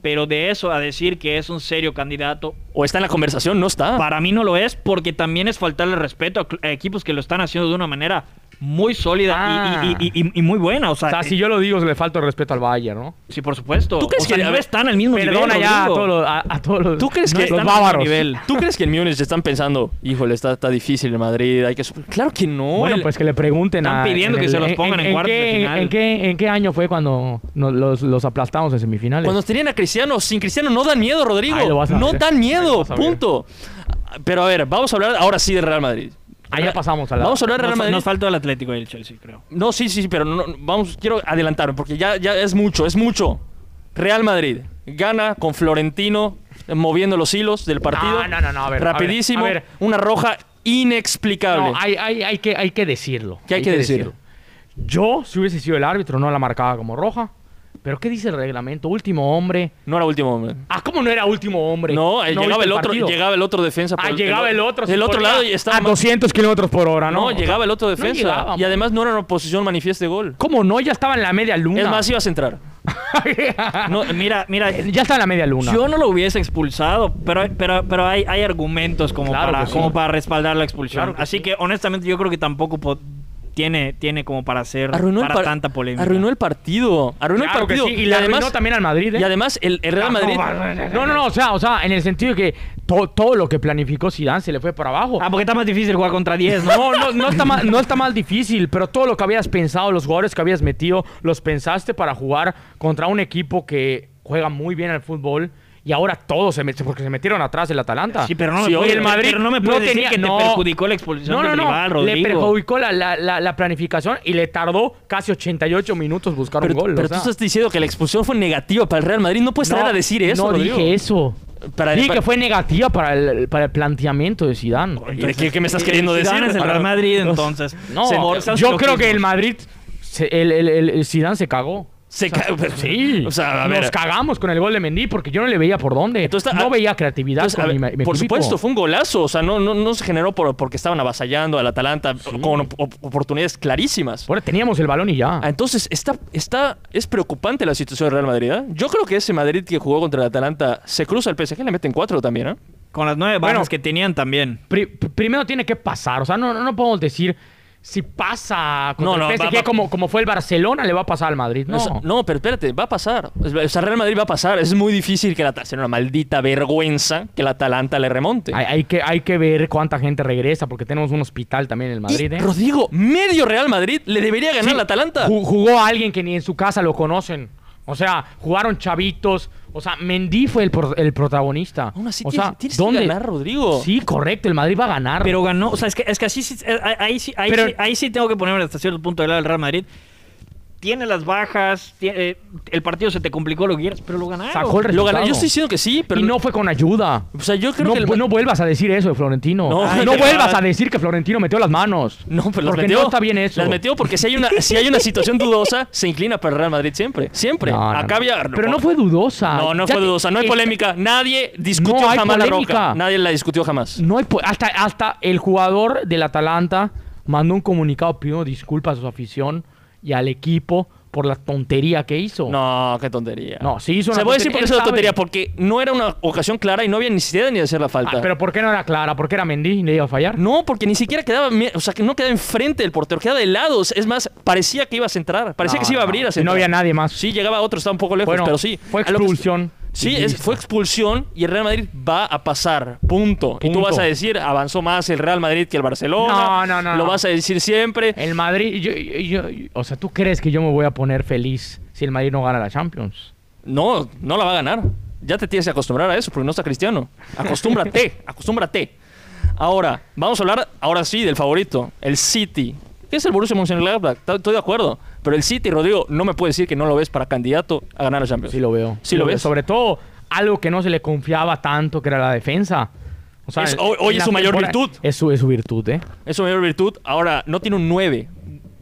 Speaker 2: pero de eso a decir que es un serio candidato,
Speaker 1: O está en la conversación, no está.
Speaker 2: para mí no lo es porque también es faltarle respeto a, cl- a equipos que lo están haciendo de una manera muy sólida y-
Speaker 3: Ah.
Speaker 2: y, y- y- y muy buena. O sea,
Speaker 3: O sea, si yo lo digo, le falta el respeto al Bayern, ¿no?
Speaker 2: Sí, por supuesto.
Speaker 1: ¿Tú crees
Speaker 2: O sea,
Speaker 1: que- a
Speaker 2: no
Speaker 1: ver,
Speaker 2: están al mismo nivel?
Speaker 3: Perdona ya a
Speaker 2: Rodrigo.
Speaker 3: todos los, a, a todos los-
Speaker 1: ¿Tú crees
Speaker 2: No
Speaker 1: que
Speaker 2: están
Speaker 3: los
Speaker 2: al mismo
Speaker 3: bávaros?
Speaker 2: nivel.
Speaker 1: ¿Tú crees que en Múnich están pensando, híjole, está, está difícil el Madrid, hay que... su- Claro que no.
Speaker 3: Bueno,
Speaker 1: el-
Speaker 3: pues que le pregunten
Speaker 2: Están
Speaker 3: a...
Speaker 2: pidiendo
Speaker 3: en
Speaker 2: que se los pongan en cuartos de
Speaker 3: qué-
Speaker 2: final.
Speaker 3: ¿En qué, en qué año fue cuando nos- los, los aplastamos en semifinales?
Speaker 1: Cuando tenían a Cristiano, sin Cristiano no dan miedo, Rodrigo.
Speaker 3: Ahí lo vas a
Speaker 1: no
Speaker 3: ver.
Speaker 1: dan
Speaker 3: Ahí lo
Speaker 1: miedo,
Speaker 3: vas a ver.
Speaker 1: punto. Pero a ver, vamos a hablar ahora sí del Real Madrid.
Speaker 3: Ahí ya pasamos a la-
Speaker 1: Vamos a hablar del
Speaker 2: Nos,
Speaker 1: Real Madrid.
Speaker 2: nos faltó el Atlético y el Chelsea, creo.
Speaker 1: No, sí, sí, sí, pero no, no, vamos, quiero adelantarme porque ya, ya es mucho, es mucho. Real Madrid gana con Florentino eh, moviendo los hilos del partido.
Speaker 3: no, no, no, a ver,
Speaker 1: Rapidísimo,
Speaker 3: a ver, a ver.
Speaker 1: una roja inexplicable.
Speaker 3: No, hay, hay, hay, que, hay que decirlo.
Speaker 1: ¿Qué hay que decirlo?
Speaker 3: Yo, si hubiese sido el árbitro, no la marcaba como roja. Pero ¿qué dice el reglamento? Último hombre.
Speaker 1: No era último hombre.
Speaker 3: Ah, ¿cómo no era último hombre?
Speaker 1: No, eh, llegaba
Speaker 3: viste
Speaker 1: el otro,
Speaker 3: partido?
Speaker 1: llegaba el otro defensa. por
Speaker 3: Ah, llegaba el otro. se
Speaker 1: Del otro
Speaker 3: ponía
Speaker 1: lado y estaba
Speaker 3: A 200 kilómetros por hora,
Speaker 1: No,
Speaker 3: ¿no?
Speaker 1: llegaba el otro
Speaker 3: No
Speaker 1: defensa.
Speaker 3: llegaba,
Speaker 1: y además no era una posición manifiesta de gol.
Speaker 3: ¿Cómo no? Ya estaba en la media luna.
Speaker 1: Es más, ibas a entrar.
Speaker 2: No, mira, mira.
Speaker 3: ya estaba en la media luna.
Speaker 2: Yo no lo hubiese expulsado, pero, pero, pero hay, hay argumentos como,
Speaker 3: Claro
Speaker 2: para,
Speaker 3: que sí.
Speaker 2: como para respaldar la expulsión.
Speaker 3: Claro que
Speaker 2: Así
Speaker 3: sí.
Speaker 2: que, honestamente, yo creo que tampoco po- tiene, tiene como para hacer
Speaker 1: Arruinó el
Speaker 2: para
Speaker 1: par-
Speaker 2: tanta polémica.
Speaker 1: Arruinó el partido. Arruinó
Speaker 3: Claro
Speaker 1: el
Speaker 3: que
Speaker 1: partido.
Speaker 3: sí, Y, le arruinó también al Madrid, ¿eh?
Speaker 1: y además el, el Real Madrid.
Speaker 3: No, no, no, o sea, o sea, en el sentido de que to- todo lo que planificó Zidane se le fue para abajo.
Speaker 2: Ah, porque está más difícil jugar contra 10, ¿no?
Speaker 3: No, no, no está mal, no está mal difícil, pero todo lo que habías pensado, los jugadores que habías metido, los pensaste para jugar contra un equipo que juega muy bien al fútbol y ahora todos se meten porque se metieron atrás el Atalanta.
Speaker 2: Sí, pero no
Speaker 1: Sí,
Speaker 2: me puede-
Speaker 1: oye, el
Speaker 3: Madrid
Speaker 2: pero no me puede decir
Speaker 3: tenía-
Speaker 2: que
Speaker 3: no.
Speaker 2: te perjudicó la expulsión
Speaker 3: No, no,
Speaker 2: del
Speaker 3: no.
Speaker 2: rival, Rodrigo.
Speaker 3: Le perjudicó la, la- la- la planificación y le tardó casi 88 minutos buscar
Speaker 1: Pero,
Speaker 3: un gol.
Speaker 1: pero
Speaker 3: o sea.
Speaker 1: tú estás diciendo que la expulsión fue negativa para el Real Madrid. No puedes traer a decir eso.
Speaker 3: No
Speaker 1: Rodrigo.
Speaker 3: dije eso.
Speaker 1: Para-
Speaker 3: dije
Speaker 1: para-
Speaker 3: que fue negativa para el, para el planteamiento de Zidane.
Speaker 1: ¿Y de ¿Qué, qué me estás queriendo
Speaker 2: Zidane
Speaker 1: decir?
Speaker 2: es el Real Madrid, entonces.
Speaker 3: No,
Speaker 2: Se-
Speaker 3: yo creo que
Speaker 2: loquismo.
Speaker 3: el Madrid, se- el, el, el- el Zidane se cagó.
Speaker 1: Se ca- pues,
Speaker 3: Sí.
Speaker 1: O sea, a ver.
Speaker 3: Nos cagamos con el gol de Mendy porque yo no le veía por dónde.
Speaker 1: Entonces,
Speaker 3: no
Speaker 1: a-
Speaker 3: veía creatividad
Speaker 1: Entonces, pues, a
Speaker 3: con
Speaker 1: ver,
Speaker 3: mi, mi
Speaker 1: por
Speaker 3: equipo.
Speaker 1: supuesto, fue un golazo. O sea, no, no, no se generó por, porque estaban avasallando al Atalanta con op- op- oportunidades clarísimas.
Speaker 3: Ahora teníamos el balón y ya.
Speaker 1: Ah, Entonces, está, está, es preocupante la situación del Real Madrid. ¿eh? Yo creo que ese Madrid que jugó contra el Atalanta se cruza el PSG y le meten cuatro también. ¿eh?
Speaker 2: Con las nueve bajas
Speaker 3: Bueno.
Speaker 2: que tenían también.
Speaker 3: Pri- pr- primero tiene que pasar. O sea, no, no, no podemos decir si pasa contra
Speaker 1: No, no,
Speaker 3: el PSG
Speaker 1: va- va-
Speaker 3: como, como fue el Barcelona, le va a pasar al Madrid. No.
Speaker 1: O sea, no, pero espérate, va a pasar. O sea, Real Madrid va a pasar. Es muy difícil que la será una maldita vergüenza que el Atalanta le remonte.
Speaker 3: Hay, hay que, hay que ver cuánta gente regresa porque tenemos un hospital también en el Madrid.
Speaker 1: Y,
Speaker 3: ¿eh?
Speaker 1: Rodrigo, medio Real Madrid le debería ganar
Speaker 3: Sí,
Speaker 1: al Atalanta.
Speaker 3: ju- Jugó a alguien que ni en su casa lo conocen. O sea, jugaron chavitos. O sea, Mendy fue el, pro- el protagonista.
Speaker 1: Aún así
Speaker 3: o
Speaker 1: tienes-
Speaker 3: sea,
Speaker 1: tienes que ganar, Rodrigo.
Speaker 3: Sí, correcto. El Madrid va a ganar.
Speaker 2: Pero ganó, o sea, es que, es que así sí, eh, ahí- ahí sí, ahí,
Speaker 3: Pero-
Speaker 2: sí, ahí sí tengo que ponerme hasta cierto punto del lado del Real Madrid. Tiene las bajas, tie- eh, el partido se te complicó lo que quieras, pero lo ganaron.
Speaker 3: Sacó el
Speaker 1: Lo ganó.
Speaker 3: resultado.
Speaker 1: Yo estoy diciendo que sí, pero
Speaker 3: y no fue con ayuda.
Speaker 1: O sea, yo creo
Speaker 3: no,
Speaker 1: que el-
Speaker 3: vu- no vuelvas a decir eso de Florentino.
Speaker 1: No,
Speaker 3: No,
Speaker 1: ay, de
Speaker 3: vuelvas
Speaker 1: verdad.
Speaker 3: a decir que Florentino metió las manos.
Speaker 1: No, pero las
Speaker 3: Porque
Speaker 1: metió.
Speaker 3: no está bien eso.
Speaker 1: Las metió porque si hay una, si hay una situación dudosa, se inclina para el Real Madrid siempre. Siempre.
Speaker 3: No, no,
Speaker 1: Acá
Speaker 3: no.
Speaker 1: había-
Speaker 3: Pero no fue dudosa.
Speaker 1: No, no
Speaker 3: Ya
Speaker 1: fue
Speaker 3: te-
Speaker 1: dudosa. No hay
Speaker 3: eh,
Speaker 1: polémica. Nadie discutió
Speaker 3: No hay
Speaker 1: jamás
Speaker 3: polémica.
Speaker 1: la roca. Nadie la discutió jamás.
Speaker 3: No hay po- hasta, hasta el jugador del Atalanta mandó un comunicado pidiendo disculpas a su afición y al equipo por la tontería que hizo.
Speaker 1: No, qué tontería.
Speaker 3: No, sí hizo
Speaker 1: Se
Speaker 3: una
Speaker 1: voy a decir por qué
Speaker 3: tontería, él
Speaker 1: es una
Speaker 3: sabe.
Speaker 1: tontería. Porque no era una ocasión clara y no había ni siquiera ni de hacer la
Speaker 3: Ah,
Speaker 1: falta.
Speaker 3: pero ¿por qué no era clara? ¿Por qué era Mendy y le iba a fallar?
Speaker 1: No, porque ni siquiera quedaba. mi- O sea, que no quedaba enfrente del portero. Quedaba de lado. Es más, parecía que ibas a entrar. Parecía
Speaker 3: No,
Speaker 1: que se iba a
Speaker 3: no.
Speaker 1: abrir. a
Speaker 3: Ah, Y no
Speaker 1: centrar.
Speaker 3: había nadie más.
Speaker 1: Sí, llegaba otro. Estaba un poco lejos,
Speaker 3: Bueno,
Speaker 1: pero sí.
Speaker 3: fue
Speaker 1: A lo que-
Speaker 3: expulsión
Speaker 1: Sí,
Speaker 3: y
Speaker 1: es-
Speaker 3: listo.
Speaker 1: fue expulsión y el Real Madrid va a pasar. Punto. Y tú
Speaker 3: Punto.
Speaker 1: vas a decir, avanzó más el Real Madrid que el Barcelona.
Speaker 3: No, no, no,
Speaker 1: Lo
Speaker 3: no.
Speaker 1: vas a decir siempre.
Speaker 3: El Madrid, yo- yo- yo- o sea, ¿tú crees que yo me voy a poner feliz si el Madrid no gana la Champions?
Speaker 1: No, no la va a ganar. Ya te tienes que acostumbrar a eso porque no está Cristiano. Acostúmbrate, acostúmbrate. Ahora, vamos a hablar ahora sí del favorito, el City. ¿Qué es el Borussia Mönchengladbach? Ta- Estoy de acuerdo. Pero el City, Rodrigo, no me puede decir que no lo ves para candidato a ganar la Champions.
Speaker 3: Sí lo veo.
Speaker 1: Pues Sí lo
Speaker 3: veo.
Speaker 1: ves.
Speaker 3: Sobre todo algo que no se le confiaba tanto, que era la defensa. O sea,
Speaker 1: Es- hoy- hoy
Speaker 3: en
Speaker 1: es
Speaker 3: la
Speaker 1: su mayor
Speaker 3: temporada-
Speaker 1: virtud.
Speaker 3: Es su, es su virtud, ¿eh?
Speaker 1: Es su mayor virtud. Ahora, no tiene un 9.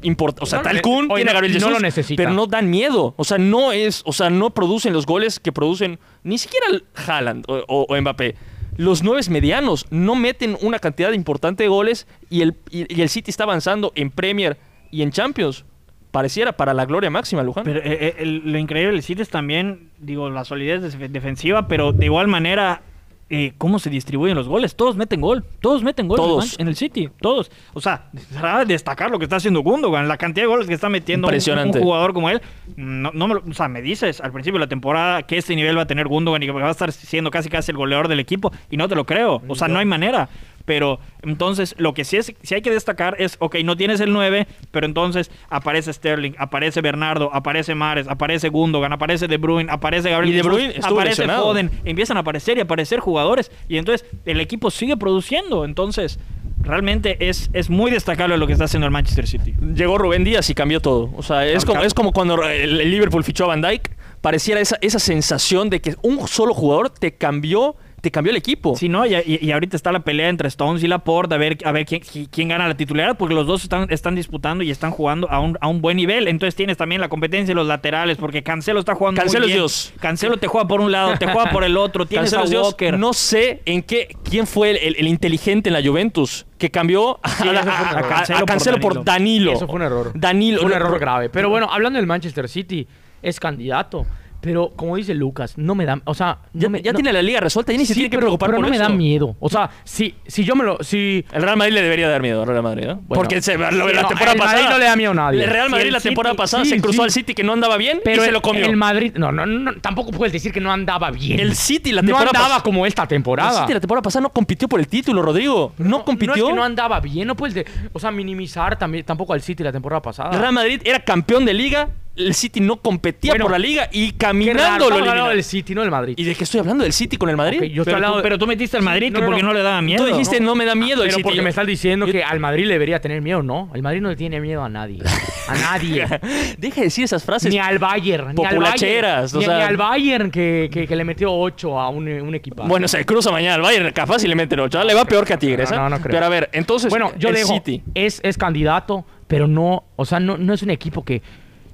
Speaker 1: Import- o sea,
Speaker 3: No,
Speaker 1: Tal
Speaker 3: no,
Speaker 1: Kun
Speaker 3: oye,
Speaker 1: tiene a Gabriel
Speaker 3: no
Speaker 1: Jesús.
Speaker 3: lo necesita.
Speaker 1: Pero no dan miedo. O sea, no es. O sea, no producen los goles que producen ni siquiera el Haaland o, o- o Mbappé. Los nueves medianos no meten una cantidad importante de goles y el, y, y el City está avanzando en Premier y en Champions. Pareciera para la gloria máxima, Luján.
Speaker 2: Pero eh, eh, el- lo increíble del City es también, digo, la solidez des- defensiva, pero de igual manera, eh, cómo se distribuyen los goles. Todos meten gol, todos meten gol en el
Speaker 1: Todos.
Speaker 2: Man- en el City, todos. O sea, será destacar lo que está haciendo Gundogan, la cantidad de goles que está metiendo un- un,
Speaker 1: Impresionante.
Speaker 2: jugador como él. No, no me lo- o sea, me dices al principio de la temporada que este nivel va a tener Gundogan y que va a estar siendo casi casi el goleador del equipo, y no te lo creo. O sea, no hay manera. Pero entonces, lo que sí, es, sí hay que destacar es, ok, no tienes el 9, pero entonces aparece Sterling, aparece Bernardo, aparece Mares, aparece Gundogan, aparece De Bruyne, aparece Gabriel.
Speaker 1: Y De
Speaker 2: Jesús,
Speaker 1: Bruyne estuvo
Speaker 2: aparece
Speaker 1: lesionado.
Speaker 2: Foden, empiezan a aparecer y aparecer jugadores. Y entonces el equipo sigue produciendo. Entonces, realmente es, es muy destacable lo que está haciendo el Manchester City.
Speaker 1: Llegó Rubén Díaz y cambió todo. O sea, es como,
Speaker 2: Marcado.
Speaker 1: es como cuando el el Liverpool fichó a Van Dyke. Pareciera esa, esa sensación de que un solo jugador te cambió, te cambió el equipo.
Speaker 2: Sí, ¿no? Y, y- y ahorita está la pelea entre Stones y Laporte a ver, a ver quién, qui- quién gana la titularidad, porque los dos están, están disputando y están jugando a un, a un buen nivel. Entonces tienes también la competencia de los laterales, porque Cancelo está jugando
Speaker 1: Cancelo
Speaker 2: muy
Speaker 1: es
Speaker 2: bien.
Speaker 1: Dios.
Speaker 2: Cancelo te juega por un lado, te juega por el otro, tienes
Speaker 1: Cancelo es
Speaker 2: a
Speaker 1: Dios.
Speaker 2: Walker.
Speaker 1: No sé en qué quién fue el, el- el inteligente en la Juventus que cambió a, a-
Speaker 2: eso fue un
Speaker 1: a-
Speaker 2: error.
Speaker 1: a- a Cancelo, por Danilo.
Speaker 3: Eso fue un error.
Speaker 1: Danilo.
Speaker 3: Fue un
Speaker 1: no,
Speaker 3: error
Speaker 1: pero-
Speaker 3: grave. Pero bueno, hablando del Manchester City, es candidato. Pero como dice Lucas, no me da. O sea, no
Speaker 1: Ya,
Speaker 3: me-
Speaker 1: ya
Speaker 3: no-
Speaker 1: tiene la liga resuelta, ya ni se
Speaker 3: Sí,
Speaker 1: tiene que
Speaker 3: pero-
Speaker 1: preocupar
Speaker 3: pero
Speaker 1: por
Speaker 3: no me
Speaker 1: eso.
Speaker 3: da miedo. O sea, si, si yo me lo. Si,
Speaker 1: El Real Madrid le debería dar miedo al Real Madrid, ¿eh? ¿no?
Speaker 3: Bueno.
Speaker 1: Porque se, lo-
Speaker 3: Sí,
Speaker 1: la
Speaker 3: no,
Speaker 1: temporada
Speaker 3: el
Speaker 1: pasada.
Speaker 3: Madrid no le da miedo a nadie.
Speaker 1: El Real
Speaker 3: Sí,
Speaker 1: Madrid
Speaker 3: el
Speaker 1: la
Speaker 3: City-
Speaker 1: temporada pasada
Speaker 3: sí,
Speaker 1: se cruzó
Speaker 3: sí.
Speaker 1: al City que no andaba bien
Speaker 3: pero
Speaker 1: y se
Speaker 3: el-
Speaker 1: lo comió.
Speaker 3: El Madrid. No, no, no. Tampoco puedes decir que no andaba bien.
Speaker 1: El City la
Speaker 3: No
Speaker 1: temporada
Speaker 3: andaba
Speaker 1: pas-
Speaker 3: como esta
Speaker 1: El
Speaker 3: temporada.
Speaker 1: City la temporada pasada no compitió por el título, Rodrigo. No, compitió.
Speaker 3: No es que no andaba bien, no puedes, de- o sea, minimizar también, tampoco al City la temporada pasada.
Speaker 1: El Real Madrid era campeón de liga, el City no competía
Speaker 3: Bueno,
Speaker 1: por la liga y
Speaker 3: Qué raro,
Speaker 1: caminando lo
Speaker 3: estamos hablando
Speaker 1: eliminaron.
Speaker 3: del City, no del Madrid.
Speaker 1: ¿Y de qué estoy hablando? ¿Del City con el Madrid?
Speaker 3: Ok, yo estoy
Speaker 2: pero,
Speaker 3: hablando
Speaker 2: tú,
Speaker 3: de-
Speaker 2: pero tú metiste al
Speaker 3: Sí,
Speaker 2: Madrid
Speaker 3: no,
Speaker 2: que
Speaker 3: no,
Speaker 2: porque no,
Speaker 3: no. Ah,
Speaker 2: le daba miedo.
Speaker 1: Tú dijiste, no, me da miedo el
Speaker 3: Pero
Speaker 1: City.
Speaker 3: porque me estás diciendo
Speaker 1: Yo-
Speaker 3: que al Madrid le debería tener miedo, no. El Madrid no le tiene miedo a nadie. A nadie.
Speaker 1: Deja de decir esas frases.
Speaker 3: ni al Bayern. Ni al Bayern,
Speaker 1: Populacheras, o
Speaker 3: ni,
Speaker 1: sea-
Speaker 3: ni al Bayern que, que- que le metió 8 a un, un equipo.
Speaker 1: Bueno, se cruza mañana al Bayern, capaz y le meten ocho. Ah, Le va peor que a Tigres,
Speaker 3: No,
Speaker 1: ¿eh?
Speaker 3: no, no creo.
Speaker 1: Pero a ver, entonces,
Speaker 3: Bueno, yo
Speaker 1: el
Speaker 3: dejo,
Speaker 1: City.
Speaker 3: Es, es candidato, pero no, o sea, no, no es un equipo que,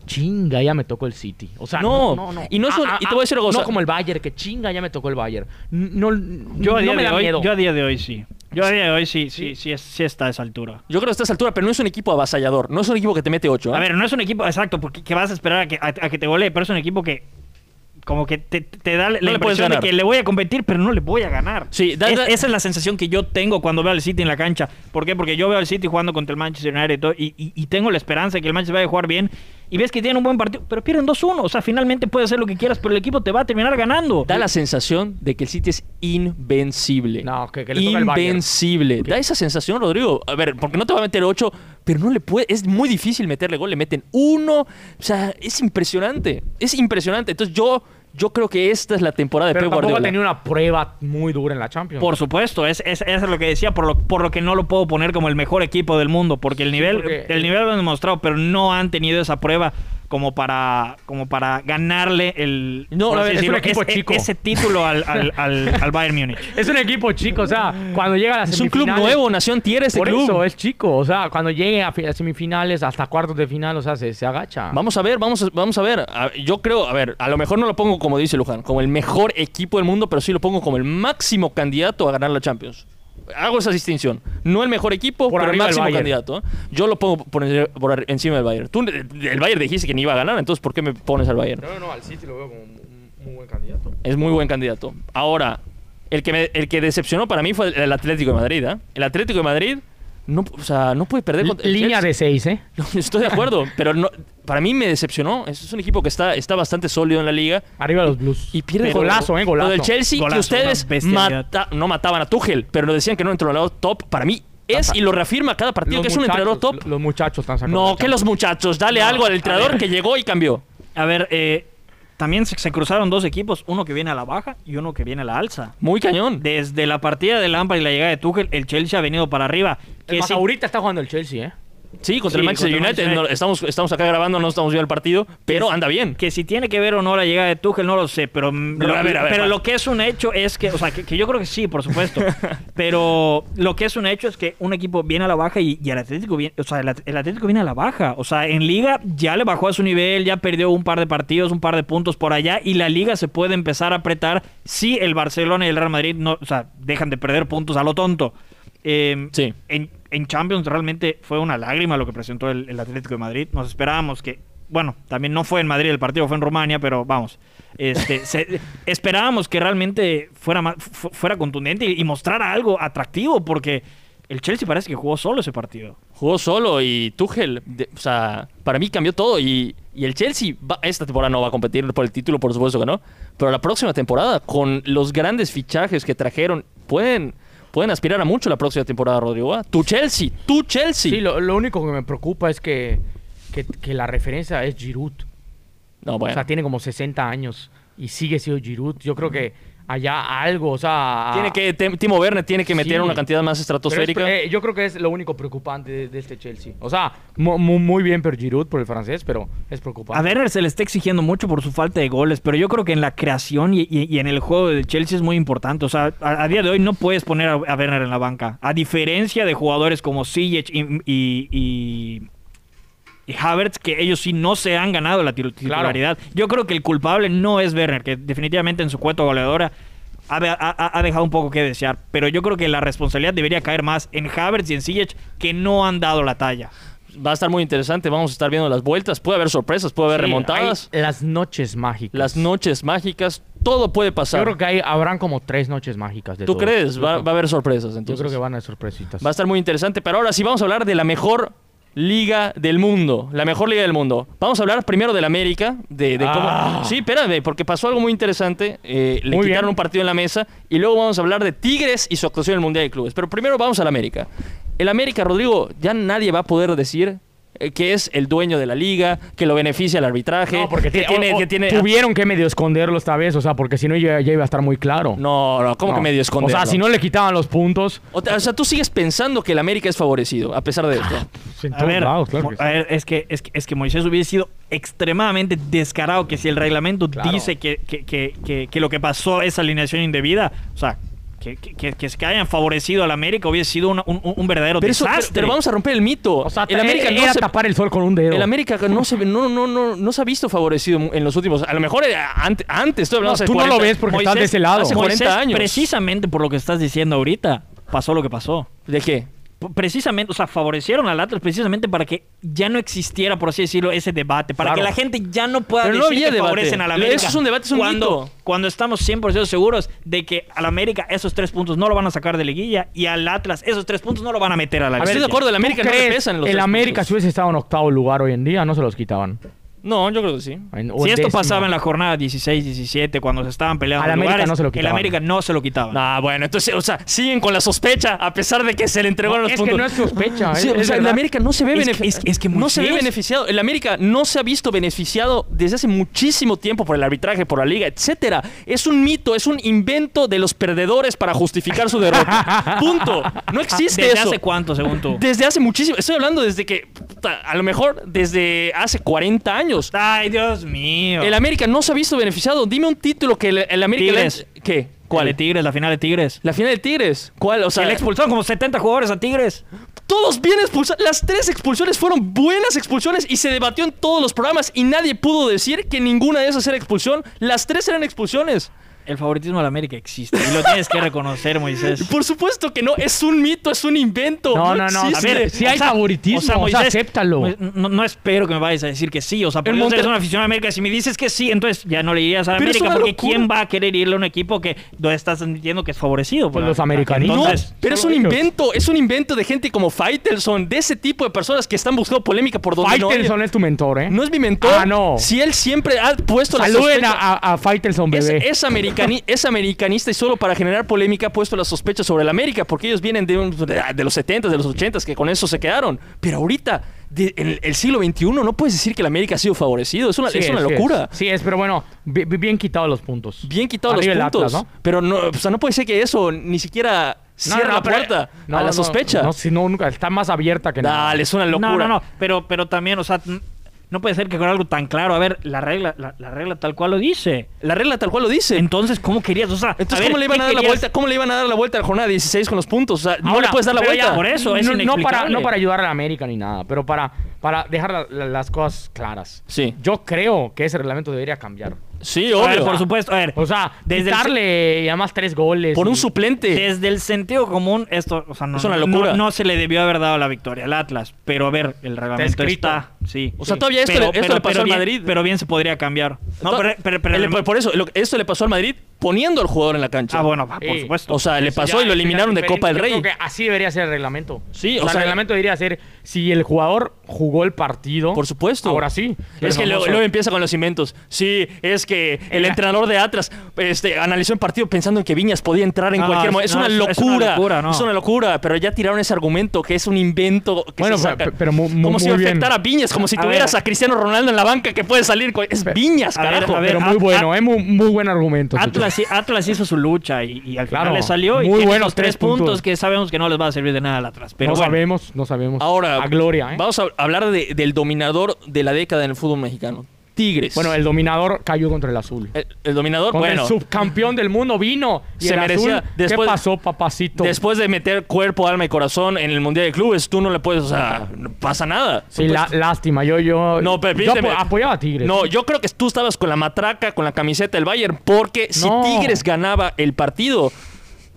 Speaker 3: chinga, ya me tocó el City. O sea,
Speaker 1: No, y no solo- y te voy a decir algo, o
Speaker 3: Ah, No
Speaker 1: sea-
Speaker 3: como el Bayern, que chinga, ya me tocó el Bayern. N- No, n-
Speaker 2: Yo a
Speaker 3: no
Speaker 2: día,
Speaker 3: me
Speaker 2: de
Speaker 3: da
Speaker 2: hoy,
Speaker 3: miedo.
Speaker 2: yo a día de hoy sí. Yo a día de hoy sí, sí, sí, es- sí está a esa altura.
Speaker 1: Yo creo que está a esta altura, pero no es un equipo avasallador. No es un equipo que te mete ¿ah? 8.
Speaker 2: A ver, no es un equipo exacto porque que vas a esperar a que, a, a que te golee, pero es un equipo que como que te, te da
Speaker 1: le
Speaker 2: la
Speaker 1: puedes
Speaker 2: impresión de
Speaker 1: ganar.
Speaker 2: que le voy a competir, pero no le voy a ganar.
Speaker 1: Sí, da-
Speaker 2: Es-
Speaker 1: da-
Speaker 2: esa es la sensación que yo tengo cuando veo al City en la cancha. ¿Por qué? Porque yo veo al City jugando contra el Manchester United y, todo, y, y- y tengo la esperanza de que el Manchester vaya a jugar bien. Y ves que tiene un buen partido, pero pierden 2-1. O sea, finalmente puedes hacer lo que quieras, pero el equipo te va a terminar ganando.
Speaker 1: Da la sensación de que el City es invencible.
Speaker 3: No, que- que le toca al Bayern.
Speaker 1: Invencible. Da esa sensación, Rodrigo. A ver, porque no te va a meter 8, pero no le puede. Es muy difícil meterle gol. Le meten uno. O sea, es impresionante. Es impresionante. Entonces yo, yo creo que esta es la temporada de
Speaker 3: Pero
Speaker 1: Pep
Speaker 3: tampoco ha
Speaker 1: Guardiola.
Speaker 3: tenido una prueba muy dura en la Champions.
Speaker 2: Por supuesto, es, es, es lo que decía, por lo, por lo que no lo puedo poner como el mejor equipo del mundo, porque el nivel,
Speaker 3: porque-
Speaker 2: el nivel lo han demostrado, pero no han tenido esa prueba como para, como para ganarle el
Speaker 3: No,
Speaker 2: por
Speaker 3: a
Speaker 2: así
Speaker 3: ver, es un
Speaker 2: decirlo,
Speaker 3: equipo chico.
Speaker 2: ese título al, al, al, al Bayern Múnich.
Speaker 3: Es un equipo chico, o sea, cuando llega a las
Speaker 1: Es un club
Speaker 3: semifinales-
Speaker 1: nuevo, nació en tierra este
Speaker 3: Por
Speaker 1: club.
Speaker 3: eso es chico, o sea, cuando llegue a fi- a semifinales, hasta cuartos de final, o sea, se, se agacha.
Speaker 1: Ah. Vamos a ver, vamos a, vamos a ver. A- yo creo, a ver, a lo mejor no lo pongo como dice Luján, como el mejor equipo del mundo, pero sí lo pongo como el máximo candidato a ganar la Champions. Hago esa distinción. No el mejor equipo,
Speaker 3: Por
Speaker 1: pero el
Speaker 3: arriba del
Speaker 1: máximo
Speaker 3: Bayern.
Speaker 1: candidato. ¿eh? Yo lo pongo por, en- por ar- encima del Bayern. Tú, eh, el Bayern dijiste que ni iba a ganar, entonces ¿por qué me pones al Bayern?
Speaker 3: no, al City lo veo como un muy buen candidato.
Speaker 1: Es muy buen candidato. Ahora, el que, me- el que decepcionó para mí fue el, el Atlético de Madrid. ¿eh? El Atlético de Madrid no, o sea, no puede perder contra el
Speaker 3: Línea
Speaker 1: Chelsea.
Speaker 3: de 6, ¿eh?
Speaker 1: No, estoy de acuerdo, pero no, para mí me decepcionó. Es es un equipo que está, está bastante sólido en la liga
Speaker 3: Arriba los Blues.
Speaker 1: y pierde
Speaker 3: Pero-
Speaker 1: con-
Speaker 3: Golazo, ¿eh? Golazo.
Speaker 1: Lo del Chelsea,
Speaker 2: Golazo,
Speaker 1: que ustedes
Speaker 2: una bestialidad.
Speaker 1: mata- no mataban a Tuchel, pero lo decían que no era un entrenador top. Para mí es, y lo reafirma cada partido, que es un entrenador
Speaker 3: muchachos-
Speaker 1: top.
Speaker 3: Los muchachos están sacando.
Speaker 1: No,
Speaker 3: la
Speaker 1: que los muchachos, dale
Speaker 2: No,
Speaker 1: algo al
Speaker 2: a
Speaker 1: entrenador
Speaker 2: ver.
Speaker 1: que llegó y cambió.
Speaker 2: A ver, eh, también se, se cruzaron dos equipos, uno que viene a la baja y uno que viene a la alza.
Speaker 1: Muy cañón.
Speaker 2: Desde la partida de Lampard y la llegada de Tuchel, el Chelsea ha venido para arriba.
Speaker 3: Champions. Es más,
Speaker 2: sí-
Speaker 3: ahorita está jugando el Chelsea, ¿eh?
Speaker 1: sí, contra
Speaker 2: sí,
Speaker 1: el Manchester
Speaker 2: contra el
Speaker 1: United.
Speaker 2: Manchester
Speaker 1: no,
Speaker 2: United.
Speaker 1: estamos, estamos acá grabando, no estamos viendo el partido, pero anda bien.
Speaker 2: Que si tiene que ver o no la llegada de Tuchel, no lo sé, pero, mm,
Speaker 1: Pero
Speaker 2: lo,
Speaker 1: a ver, a ver,
Speaker 2: pero
Speaker 1: va.
Speaker 2: lo que es un hecho es que, o sea, que, que yo creo que sí, por supuesto, pero lo que es un hecho es que un equipo viene a la baja y, y el Atlético viene, o sea, el, At- el Atlético viene a la baja, o sea, en liga ya le bajó a su nivel, ya perdió un par de partidos, un par de puntos por allá y la liga se puede empezar a apretar si el Barcelona y el Real Madrid no, o sea, dejan de perder puntos a lo tonto. Eh,
Speaker 1: Sí.
Speaker 2: en, en Champions realmente fue una lágrima lo que presentó el, el Atlético de Madrid. Nos esperábamos que, bueno, también no fue en Madrid el partido, fue en Rumania, pero vamos, este, se- esperábamos que realmente fuera, más- fu- fuera contundente y, y mostrara algo atractivo porque el Chelsea parece que jugó solo ese partido.
Speaker 1: Jugó solo y Tuchel, de- o sea, para mí cambió todo. Y, y el Chelsea va- esta temporada no va a competir por el título, por supuesto que no. Pero la próxima temporada, con los grandes fichajes que trajeron, pueden, pueden aspirar a mucho la próxima temporada, Rodrigo. ¿ah? Tu Chelsea, tu
Speaker 3: Sí,
Speaker 1: Chelsea.
Speaker 3: lo, lo único que me preocupa es que, que, que la referencia es Giroud.
Speaker 1: no,
Speaker 3: O
Speaker 1: bueno.
Speaker 3: sea, tiene como 60 años y sigue siendo Giroud. Yo creo que allá algo, o sea...
Speaker 1: tiene que, Tem- Timo Werner tiene que meter
Speaker 3: Sí.
Speaker 1: una cantidad más
Speaker 3: Pero es-
Speaker 1: estratosférica.
Speaker 3: eh, yo creo que es lo único preocupante de, de este Chelsea. O sea, mu- mu- muy bien por Giroud, por el francés, pero es preocupante.
Speaker 2: A Werner se le está exigiendo mucho por su falta de goles, pero yo creo que en la creación y, y- y en el juego del Chelsea es muy importante. O sea, a, a día de hoy no puedes poner a, a Werner en la banca. A diferencia de jugadores como Ziyech y, y, y- y Havertz, que ellos sí no se han ganado la titu-
Speaker 3: Claro.
Speaker 2: titularidad. Yo creo que el culpable no es Werner, que definitivamente en su cuota goleadora ha, de- ha- ha- ha dejado un poco que desear. Pero yo creo que la responsabilidad debería caer más en Havertz y en Ziyech, que no han dado la talla.
Speaker 1: Va a estar muy interesante. Vamos a estar viendo las vueltas. Puede haber sorpresas, puede haber
Speaker 3: Sí,
Speaker 1: remontadas.
Speaker 3: hay Las noches mágicas.
Speaker 1: Las noches mágicas. Todo puede pasar.
Speaker 3: Yo creo que hay, habrán como tres noches mágicas de
Speaker 1: ¿Tú
Speaker 3: todo.
Speaker 1: crees?
Speaker 3: Yo
Speaker 1: Va,
Speaker 3: creo-
Speaker 1: va a haber sorpresas
Speaker 3: Yo
Speaker 1: entonces.
Speaker 3: creo que van a haber sorpresitas.
Speaker 1: Va a estar muy interesante, pero ahora sí vamos a hablar de la mejor liga del mundo, la mejor liga del mundo. Vamos a hablar primero del América, de, de
Speaker 3: Ah.
Speaker 1: cómo... Sí, espérame, porque pasó algo muy interesante, eh, le
Speaker 3: Muy
Speaker 1: quitaron
Speaker 3: bien.
Speaker 1: un partido en la mesa y luego vamos a hablar de Tigres y su actuación en el Mundial de Clubes. Pero primero vamos al América. El América, Rodrigo, ya nadie va a poder decir eh, que es el dueño de la liga, que lo beneficia el arbitraje,
Speaker 3: No, porque
Speaker 1: que
Speaker 3: te-
Speaker 1: tiene...
Speaker 3: o- o
Speaker 1: que tiene
Speaker 3: tuvieron que medio esconderlo esta vez, o sea, porque si no ya, ya iba a estar muy claro.
Speaker 1: No, no, ¿cómo
Speaker 3: No.
Speaker 1: que medio esconderlo?
Speaker 3: O sea, si no le quitaban los puntos,
Speaker 1: O te- o sea, tú sigues pensando que el América es favorecido, a pesar de esto.
Speaker 3: pues, en
Speaker 2: A
Speaker 3: todos
Speaker 2: ver,
Speaker 3: lados, claro
Speaker 2: Mo-
Speaker 3: que sí.
Speaker 2: a ver, es, que, es, que, es que Moisés hubiese sido extremadamente descarado que si el reglamento
Speaker 3: Claro.
Speaker 2: dice que, que- que- que- que lo que pasó es alineación indebida, o sea, que, que, que, que se hayan favorecido al América hubiese sido una- un, un- un verdadero
Speaker 1: Pero, eso,
Speaker 2: desastre.
Speaker 1: pero- pero vamos a romper el mito.
Speaker 3: O sea,
Speaker 1: el América
Speaker 3: era,
Speaker 1: no se-
Speaker 3: tapar el sol con un dedo.
Speaker 1: El América no se, ve- no, no, no, no se ha visto favorecido en los últimos. A lo mejor eh, ante- antes, estoy hablando
Speaker 3: No,
Speaker 1: hace
Speaker 3: tú no lo ves porque estás de ese lado.
Speaker 1: Hace
Speaker 2: Moisés,
Speaker 1: 40 años.
Speaker 2: Precisamente por lo que estás diciendo ahorita, pasó lo que pasó.
Speaker 1: ¿De qué?
Speaker 2: P- Precisamente, o sea, favorecieron al Atlas precisamente para que ya no existiera, por así decirlo, ese debate. Para
Speaker 3: Claro.
Speaker 2: que la gente ya no pueda
Speaker 1: Pero no
Speaker 2: decir
Speaker 1: había
Speaker 2: que
Speaker 1: debate.
Speaker 2: favorecen al
Speaker 1: Lo-
Speaker 2: América.
Speaker 1: eso es un debate, es un
Speaker 2: cuando,
Speaker 1: mito.
Speaker 2: Cuando estamos 100% seguros de que al América esos tres puntos no lo van a sacar de liguilla y al Atlas esos tres puntos no lo van a meter a la
Speaker 1: A ver,
Speaker 2: liguilla.
Speaker 1: estoy de acuerdo, el América
Speaker 3: ¿Tú
Speaker 1: no le
Speaker 3: crees
Speaker 1: pesan los
Speaker 3: El
Speaker 1: tres
Speaker 3: América,
Speaker 1: puntos.
Speaker 3: si hubiese estado en octavo lugar hoy en día, no se los quitaban.
Speaker 1: No, yo creo que sí.
Speaker 3: En- o
Speaker 2: Si
Speaker 3: en
Speaker 2: esto
Speaker 3: décimo.
Speaker 2: pasaba en la jornada 16, 17, cuando se estaban peleando
Speaker 3: Al
Speaker 2: los
Speaker 3: América
Speaker 2: lugares,
Speaker 3: no se lo
Speaker 2: el
Speaker 3: quitaban.
Speaker 2: América no se lo quitaba.
Speaker 1: Ah, bueno, entonces, o sea, siguen con la sospecha a pesar de que se le entregaron
Speaker 3: No,
Speaker 1: los
Speaker 3: es que
Speaker 1: puntos.
Speaker 3: no es sospecha.
Speaker 1: Sí,
Speaker 3: es-
Speaker 1: o
Speaker 3: es
Speaker 1: sea, el
Speaker 3: verdad.
Speaker 1: América no se ve
Speaker 2: Es que-
Speaker 1: benefi-
Speaker 2: es- es que
Speaker 1: no se ve
Speaker 2: Moisés-
Speaker 1: beneficiado. El América no se ha visto beneficiado desde hace muchísimo tiempo por el arbitraje, por la liga, etcétera. Es un mito, es un invento de los perdedores para justificar su derrota. Punto. No existe
Speaker 2: Ah, ¿Desde
Speaker 1: eso.
Speaker 2: hace cuánto, según tú?
Speaker 1: Desde hace muchísimo. Estoy hablando desde que, puta, a lo mejor desde hace 40 años.
Speaker 2: Ay, Dios mío.
Speaker 1: El América no se ha visto beneficiado. Dime un título que el, el América... le-
Speaker 2: Tigres.
Speaker 1: ¿Qué?
Speaker 2: ¿Cuál? de
Speaker 1: ¿Cuál?
Speaker 2: Tigres, la final de Tigres.
Speaker 1: La final de Tigres. ¿Cuál? O sea,
Speaker 2: Se le expulsaron como 70 jugadores a Tigres.
Speaker 1: todos bien expulsados. Las tres expulsiones fueron buenas expulsiones y se debatió en todos los programas y nadie pudo decir que ninguna de esas era expulsión. Las tres eran expulsiones.
Speaker 2: El favoritismo de la América existe y lo tienes que reconocer, Moisés.
Speaker 1: Por supuesto que no. Es un mito, es un invento.
Speaker 3: No, no, no, a
Speaker 1: existe.
Speaker 3: ver, sí hay favoritismo, o sea, acéptalo.
Speaker 2: Mois- Pues, No, no espero que me vayas a decir que sí. O sea, porque
Speaker 1: El
Speaker 2: tú
Speaker 1: Monter-
Speaker 2: eres un aficionado a América. Si me dices que sí, entonces ya no le irías a la
Speaker 1: Pero es
Speaker 2: América.
Speaker 1: una
Speaker 2: Porque
Speaker 1: locura.
Speaker 2: ¿quién va a querer irle a un equipo que no estás admitiendo que es favorecido? por
Speaker 3: Pues
Speaker 2: la-
Speaker 3: los americanistas.
Speaker 2: Entonces,
Speaker 1: no, pero es un
Speaker 3: ellos.
Speaker 1: invento, es un invento de gente como Faitelson, de ese tipo de personas que están buscando polémica por donde no hay.
Speaker 3: Faitelson es tu mentor, ¿eh?
Speaker 1: No es mi mentor.
Speaker 3: Ah, no.
Speaker 1: Si él siempre ha puesto la
Speaker 3: Saluden
Speaker 1: sospecha-
Speaker 3: a, a, a Faitelson,
Speaker 1: Es,
Speaker 3: bebé.
Speaker 1: es americani- es americanista y solo para generar polémica ha puesto las sospechas sobre el América, porque ellos vienen de, un- de los 70s, de los 80s, que con eso se quedaron. Pero ahorita, de- en el siglo XXI, no puedes decir que el América ha sido favorecido. Es una,
Speaker 3: Sí
Speaker 1: es una
Speaker 3: sí
Speaker 1: locura.
Speaker 3: Sí es, pero bueno, bi- bi- bien quitados los puntos.
Speaker 1: Bien quitados los
Speaker 3: Arriba el
Speaker 1: puntos.
Speaker 3: Atlas, ¿no?
Speaker 1: Pero no, o sea, no puede ser que eso ni siquiera
Speaker 3: No,
Speaker 1: cierre
Speaker 3: no,
Speaker 1: la
Speaker 3: pero-
Speaker 1: puerta
Speaker 3: no,
Speaker 1: a la
Speaker 3: no,
Speaker 1: sospecha.
Speaker 3: No, si no, nunca. Está más abierta que nada.
Speaker 1: Dale, es una locura.
Speaker 2: No, no, no. Pero, pero también, o sea, n- no puede ser que con algo tan claro. A ver, la regla, la, la regla tal cual lo dice.
Speaker 1: La regla tal cual lo dice.
Speaker 2: Entonces, ¿cómo querías? O sea,
Speaker 1: Entonces,
Speaker 2: a ver,
Speaker 1: ¿cómo le iban
Speaker 2: ¿qué
Speaker 1: a dar la
Speaker 2: querías?
Speaker 1: vuelta? ¿Cómo le iban a dar la vuelta a la jornada 16 con los puntos? O sea, no
Speaker 2: Ahora,
Speaker 1: le puedes dar la
Speaker 2: pero ya,
Speaker 1: vuelta.
Speaker 2: por eso es
Speaker 3: no, no para,
Speaker 2: inexplicable.
Speaker 3: no para ayudar a la América ni nada, pero para, para dejar la- la- las cosas claras.
Speaker 1: Sí.
Speaker 3: Yo creo que ese reglamento debería cambiar.
Speaker 1: Sí,
Speaker 2: A ver,
Speaker 1: obvio.
Speaker 2: por supuesto, a ver.
Speaker 3: O sea,
Speaker 2: Desde el-
Speaker 3: quitarle y además tres goles.
Speaker 1: Por
Speaker 3: y-
Speaker 1: un suplente.
Speaker 2: Desde el sentido común, esto, o sea, no,
Speaker 1: Es una
Speaker 2: no-
Speaker 1: locura.
Speaker 2: no se le debió haber dado la victoria al Atlas, pero a ver, el reglamento
Speaker 3: escrito.
Speaker 2: está, sí.
Speaker 1: O sea,
Speaker 2: Sí.
Speaker 1: todavía esto le- esto le pasó al
Speaker 2: bien-
Speaker 1: Madrid.
Speaker 2: Pero bien se podría cambiar. No,
Speaker 1: To-
Speaker 2: pero, pero- pero-
Speaker 1: el- por- por eso, lo- esto le pasó al Madrid poniendo al jugador en la cancha.
Speaker 2: ah, bueno, va, por
Speaker 3: Sí.
Speaker 2: supuesto.
Speaker 1: Eh, O sea, le
Speaker 3: Eso
Speaker 1: pasó
Speaker 3: ya
Speaker 1: y lo
Speaker 3: es
Speaker 1: eliminaron de
Speaker 3: diferente.
Speaker 1: Copa del
Speaker 3: Yo
Speaker 1: Rey.
Speaker 3: creo que así debería ser el reglamento.
Speaker 1: Sí, o
Speaker 3: o,
Speaker 1: sea,
Speaker 3: sea, el reglamento debería ser si el jugador jugó el partido.
Speaker 1: Por supuesto.
Speaker 3: Ahora sí.
Speaker 1: Es que luego
Speaker 3: famoso.
Speaker 1: luego empieza con los inventos. Sí, es que el
Speaker 3: Era-
Speaker 1: entrenador de Atlas este, analizó el partido pensando en que Viñas podía entrar en
Speaker 2: No,
Speaker 1: cualquier
Speaker 2: es-
Speaker 1: momento. Es,
Speaker 2: no,
Speaker 1: una
Speaker 2: es-
Speaker 1: locura.
Speaker 2: es una locura, no.
Speaker 1: Es una locura, Pero ya tiraron ese argumento que es un invento que
Speaker 3: Bueno,
Speaker 1: se
Speaker 3: pero-
Speaker 1: saca.
Speaker 3: pero mu- mu-
Speaker 1: como si
Speaker 3: muy bien.
Speaker 1: afectara a Viñas, como si
Speaker 2: A
Speaker 1: tuvieras
Speaker 2: ver.
Speaker 1: a Cristiano Ronaldo en la banca que puede salir. con- Es
Speaker 3: Pe-
Speaker 1: Viñas,
Speaker 2: a ver,
Speaker 1: carajo.
Speaker 2: a ver,
Speaker 3: Pero
Speaker 2: a-
Speaker 3: muy
Speaker 2: a-
Speaker 3: bueno, ¿eh? Muy, muy buen argumento.
Speaker 2: Atlas, Atlas hizo su lucha y, y al final
Speaker 3: Claro,
Speaker 2: le salió y
Speaker 3: muy
Speaker 2: tiene
Speaker 3: buenos
Speaker 2: esos tres
Speaker 3: tres puntos.
Speaker 2: puntos. que sabemos que no les va a servir de nada al Atlas. Pero
Speaker 3: no
Speaker 2: bueno.
Speaker 3: sabemos, no sabemos.
Speaker 1: Ahora,
Speaker 3: A Gloria, ¿eh?
Speaker 1: vamos a hablar de- del dominador de la década en el fútbol mexicano. Tigres.
Speaker 3: Bueno, el dominador cayó contra el azul.
Speaker 1: El, Eh, el dominador,
Speaker 3: Con
Speaker 1: bueno,
Speaker 3: el subcampeón del mundo vino. Y
Speaker 1: Se
Speaker 3: el
Speaker 1: merecía-
Speaker 3: azul,
Speaker 1: después-
Speaker 3: ¿Qué pasó, papacito?
Speaker 1: después de meter cuerpo, alma y corazón en el Mundial de Clubes, tú no le puedes, o sea, no pasa nada. Pues,
Speaker 3: Sí, la- lástima. Yo, yo,
Speaker 1: No, pero
Speaker 3: yo
Speaker 1: permíteme.
Speaker 3: apo- apoyaba a Tigres.
Speaker 1: No, yo creo que tú estabas con la matraca, con la camiseta del Bayern, porque si
Speaker 3: No.
Speaker 1: Tigres ganaba el partido,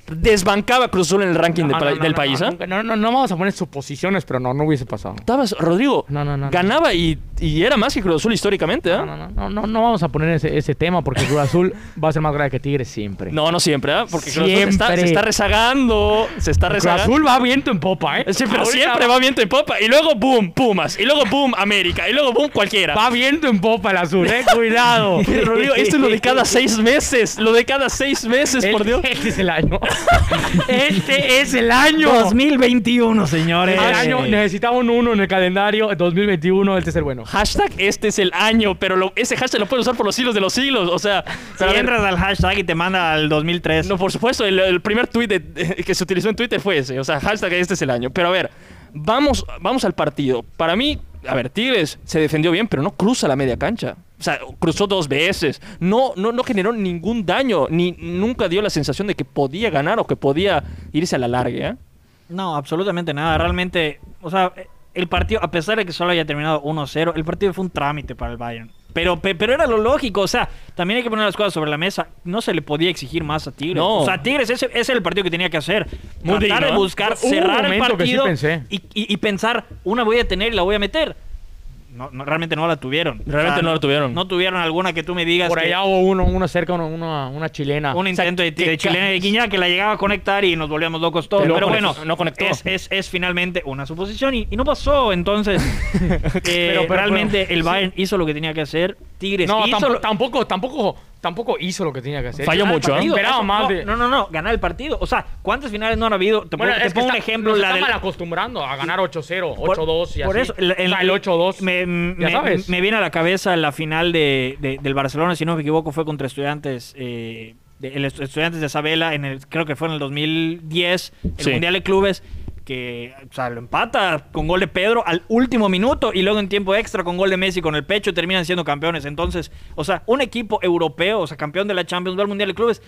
Speaker 1: desbancaba a Cruz Azul en el ranking
Speaker 3: No,
Speaker 1: del,
Speaker 3: no,
Speaker 1: pa-
Speaker 3: no,
Speaker 1: del
Speaker 3: no,
Speaker 1: país,
Speaker 3: no,
Speaker 1: ¿ah?
Speaker 3: nunca- No, no, no vamos a poner suposiciones, pero no, no hubiese pasado.
Speaker 1: Estabas, Rodrigo,
Speaker 3: No, no, no, no.
Speaker 1: ganaba y, y era más que Cruz Azul históricamente, ¿ah?
Speaker 3: No, no, no, no, no, no vamos a poner ese, ese tema porque Cruz Azul va a ser más grave que Tigres siempre.
Speaker 1: No, no siempre, ¿ah? Porque Cruz Azul se está,
Speaker 3: Siempre.
Speaker 1: se está rezagando, se está
Speaker 3: Cruz
Speaker 1: rezagando.
Speaker 3: Azul va viento en popa, ¿eh?
Speaker 1: Sí, pero
Speaker 3: Ahorita
Speaker 1: siempre va viento en popa. Y luego, boom, Pumas. Y luego, boom, América. Y luego, boom, cualquiera.
Speaker 3: va viento en popa el azul, ¿eh? Cuidado.
Speaker 1: Pero, Rodrigo, esto es lo de cada seis meses. Lo de cada seis meses, por Dios.
Speaker 3: Este es el año. este es el año.
Speaker 2: 2021, señores.
Speaker 3: El año necesitaba un uno en el calendario. 2021, este es el bueno.
Speaker 1: Hashtag este es el año, pero lo- ese hashtag lo puedes usar por los siglos de los siglos. O sea, pero a ver,
Speaker 2: Si entras al hashtag y te manda al 2003.
Speaker 1: no, por supuesto, el, el primer tweet que se utilizó en Twitter fue ese. O sea, hashtag este es el año. Pero a ver, vamos, vamos al partido. Para mí, a ver, Tigres se defendió bien, pero no cruza la media cancha. O sea, cruzó dos veces. No, no, no generó ningún daño. Ni nunca dio la sensación de que podía ganar o que podía irse a la larga. ¿eh?
Speaker 2: No, absolutamente nada. Realmente, o sea, el partido, a pesar de que solo haya terminado 1-0, el partido fue un trámite para el Bayern. Pero, pe- pero era lo lógico, o sea, también hay que poner las cosas sobre la mesa. No se le podía exigir más a Tigres.
Speaker 1: No.
Speaker 2: O sea, Tigres, ese, ese era el partido que tenía que hacer.
Speaker 1: Muy
Speaker 2: Tratar
Speaker 1: digno,
Speaker 2: de
Speaker 1: ¿eh?
Speaker 2: buscar,
Speaker 3: Hubo un
Speaker 2: cerrar el
Speaker 3: momento que sí
Speaker 2: partido
Speaker 3: pensé.
Speaker 2: y, y- y pensar, una voy a tener y la voy a meter. No, no, realmente no la tuvieron.
Speaker 1: Realmente no la tuvieron.
Speaker 2: No tuvieron alguna que tú me digas.
Speaker 3: Por
Speaker 2: que-
Speaker 3: allá hubo uno, uno cerca, uno- una, una chilena.
Speaker 2: un intento de,
Speaker 1: que
Speaker 2: de
Speaker 1: ca-
Speaker 2: chilena de Guiñá que la llegaba a conectar y nos volvíamos locos todos.
Speaker 1: Pero
Speaker 2: Pero,
Speaker 1: no
Speaker 2: bueno,
Speaker 1: conectó, no conectó.
Speaker 2: Es, es, es finalmente una suposición y, y no pasó. Entonces, eh,
Speaker 3: pero,
Speaker 2: realmente
Speaker 3: pero,
Speaker 2: el Bayern hizo lo que tenía que hacer. Tigres
Speaker 3: no,
Speaker 2: hizo
Speaker 3: tampo-
Speaker 2: lo-
Speaker 3: tampoco, tampoco, tampoco hizo lo que tenía que hacer.
Speaker 1: Falló
Speaker 3: Ganar el
Speaker 1: mucho, ¿eh?
Speaker 3: partido, Esperaba
Speaker 2: Eso,
Speaker 3: más
Speaker 2: no,
Speaker 3: de...
Speaker 2: no, no, no, ganar el partido. O sea, ¿cuántas finales no han habido? Te pongo,
Speaker 3: Bueno,
Speaker 2: te
Speaker 3: es que
Speaker 2: pongo
Speaker 3: está-
Speaker 2: un ejemplo.
Speaker 3: nos
Speaker 2: La
Speaker 3: está
Speaker 2: del-
Speaker 3: mal acostumbrando a ganar 8-0, 8-2
Speaker 2: por-
Speaker 3: y
Speaker 2: por
Speaker 3: así.
Speaker 2: eso, el, el-
Speaker 3: O sea, el 8-2.
Speaker 2: Me, me-
Speaker 3: ya sabes.
Speaker 2: me viene a la cabeza la final de, de- del Barcelona, si no me equivoco, fue contra estudiantes. eh, de- el estu- estudiantes de Isabela, en el, creo que fue en el 2010, el
Speaker 1: Sí.
Speaker 2: Mundial de Clubes, que o sea, lo empata con gol de Pedro al último minuto y luego en tiempo extra con gol de Messi con el pecho terminan siendo campeones. Entonces, o sea, un equipo europeo, o sea, campeón de la Champions, va al Mundial de Clubes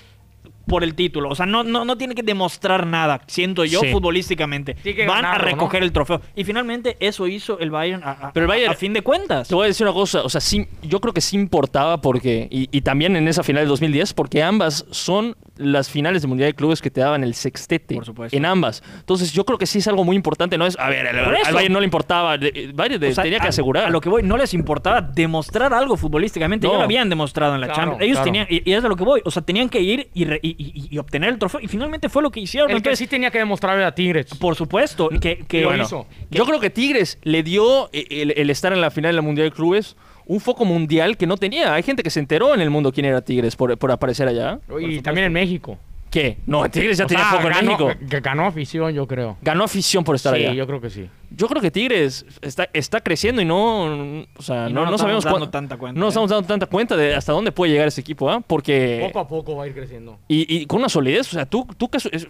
Speaker 2: por el título. O sea, no, no, no tiene que demostrar nada, siento yo,
Speaker 1: Sí.
Speaker 2: futbolísticamente.
Speaker 3: Tiene que
Speaker 2: Van a
Speaker 3: ganarlo, ¿no?
Speaker 2: recoger el trofeo. Y finalmente eso hizo el Bayern a, a-
Speaker 1: Pero el Bayern-
Speaker 2: a fin de cuentas.
Speaker 1: Te voy a decir una cosa, o sea, sí, yo creo que sí importaba porque, y, y también en esa final de 2010, porque ambas son las finales de Mundial de Clubes que te daban el sextete.
Speaker 2: Por supuesto.
Speaker 1: En ambas. Entonces yo creo que sí es algo muy importante, ¿no? Es, a ver, al,
Speaker 2: Por
Speaker 1: al
Speaker 2: eso.
Speaker 1: Bayern no le importaba, de- el Bayern de-
Speaker 2: O sea,
Speaker 1: tenía que
Speaker 2: a-
Speaker 1: asegurar.
Speaker 2: A, lo que voy, no les importaba demostrar algo futbolísticamente.
Speaker 1: No.
Speaker 2: Ya lo habían demostrado en la
Speaker 3: Claro,
Speaker 2: Champions. Ellos
Speaker 3: claro.
Speaker 2: tenían, y, y es a lo que voy. O sea, tenían que ir y, re- y- y- y obtener el trofeo. Y finalmente fue lo que hicieron.
Speaker 3: El que
Speaker 2: Entonces,
Speaker 3: sí tenía que demostrarle a Tigres.
Speaker 2: por supuesto, que, que-
Speaker 3: Lo
Speaker 1: Bueno,
Speaker 3: hizo.
Speaker 1: Yo creo que Tigres le dio eh, el, el estar en la final de la Mundial de Clubes un foco mundial que no tenía. Hay gente que se enteró en el mundo quién era Tigres por, por aparecer allá.
Speaker 3: Y también en México.
Speaker 1: ¿Qué? No, Tigres ya
Speaker 3: O
Speaker 1: tenía
Speaker 3: sea,
Speaker 1: foco en
Speaker 3: ganó-
Speaker 1: México.
Speaker 3: g- Ganó afición, yo creo.
Speaker 1: Ganó afición por estar
Speaker 3: sí,
Speaker 1: allá.
Speaker 3: yo creo que sí.
Speaker 1: Yo creo que Tigres está, está creciendo y no, o sea,
Speaker 2: Y
Speaker 1: no,
Speaker 2: no nos
Speaker 1: no
Speaker 2: estamos
Speaker 1: sabemos
Speaker 2: dando
Speaker 1: cuán-
Speaker 2: tanta cuenta,
Speaker 1: No nos
Speaker 2: ¿eh?
Speaker 1: estamos dando tanta cuenta de hasta dónde puede llegar ese equipo, ¿ah? Porque
Speaker 3: Poco a poco va a ir creciendo.
Speaker 1: y, y con una solidez, o sea, tú, tú que es, es-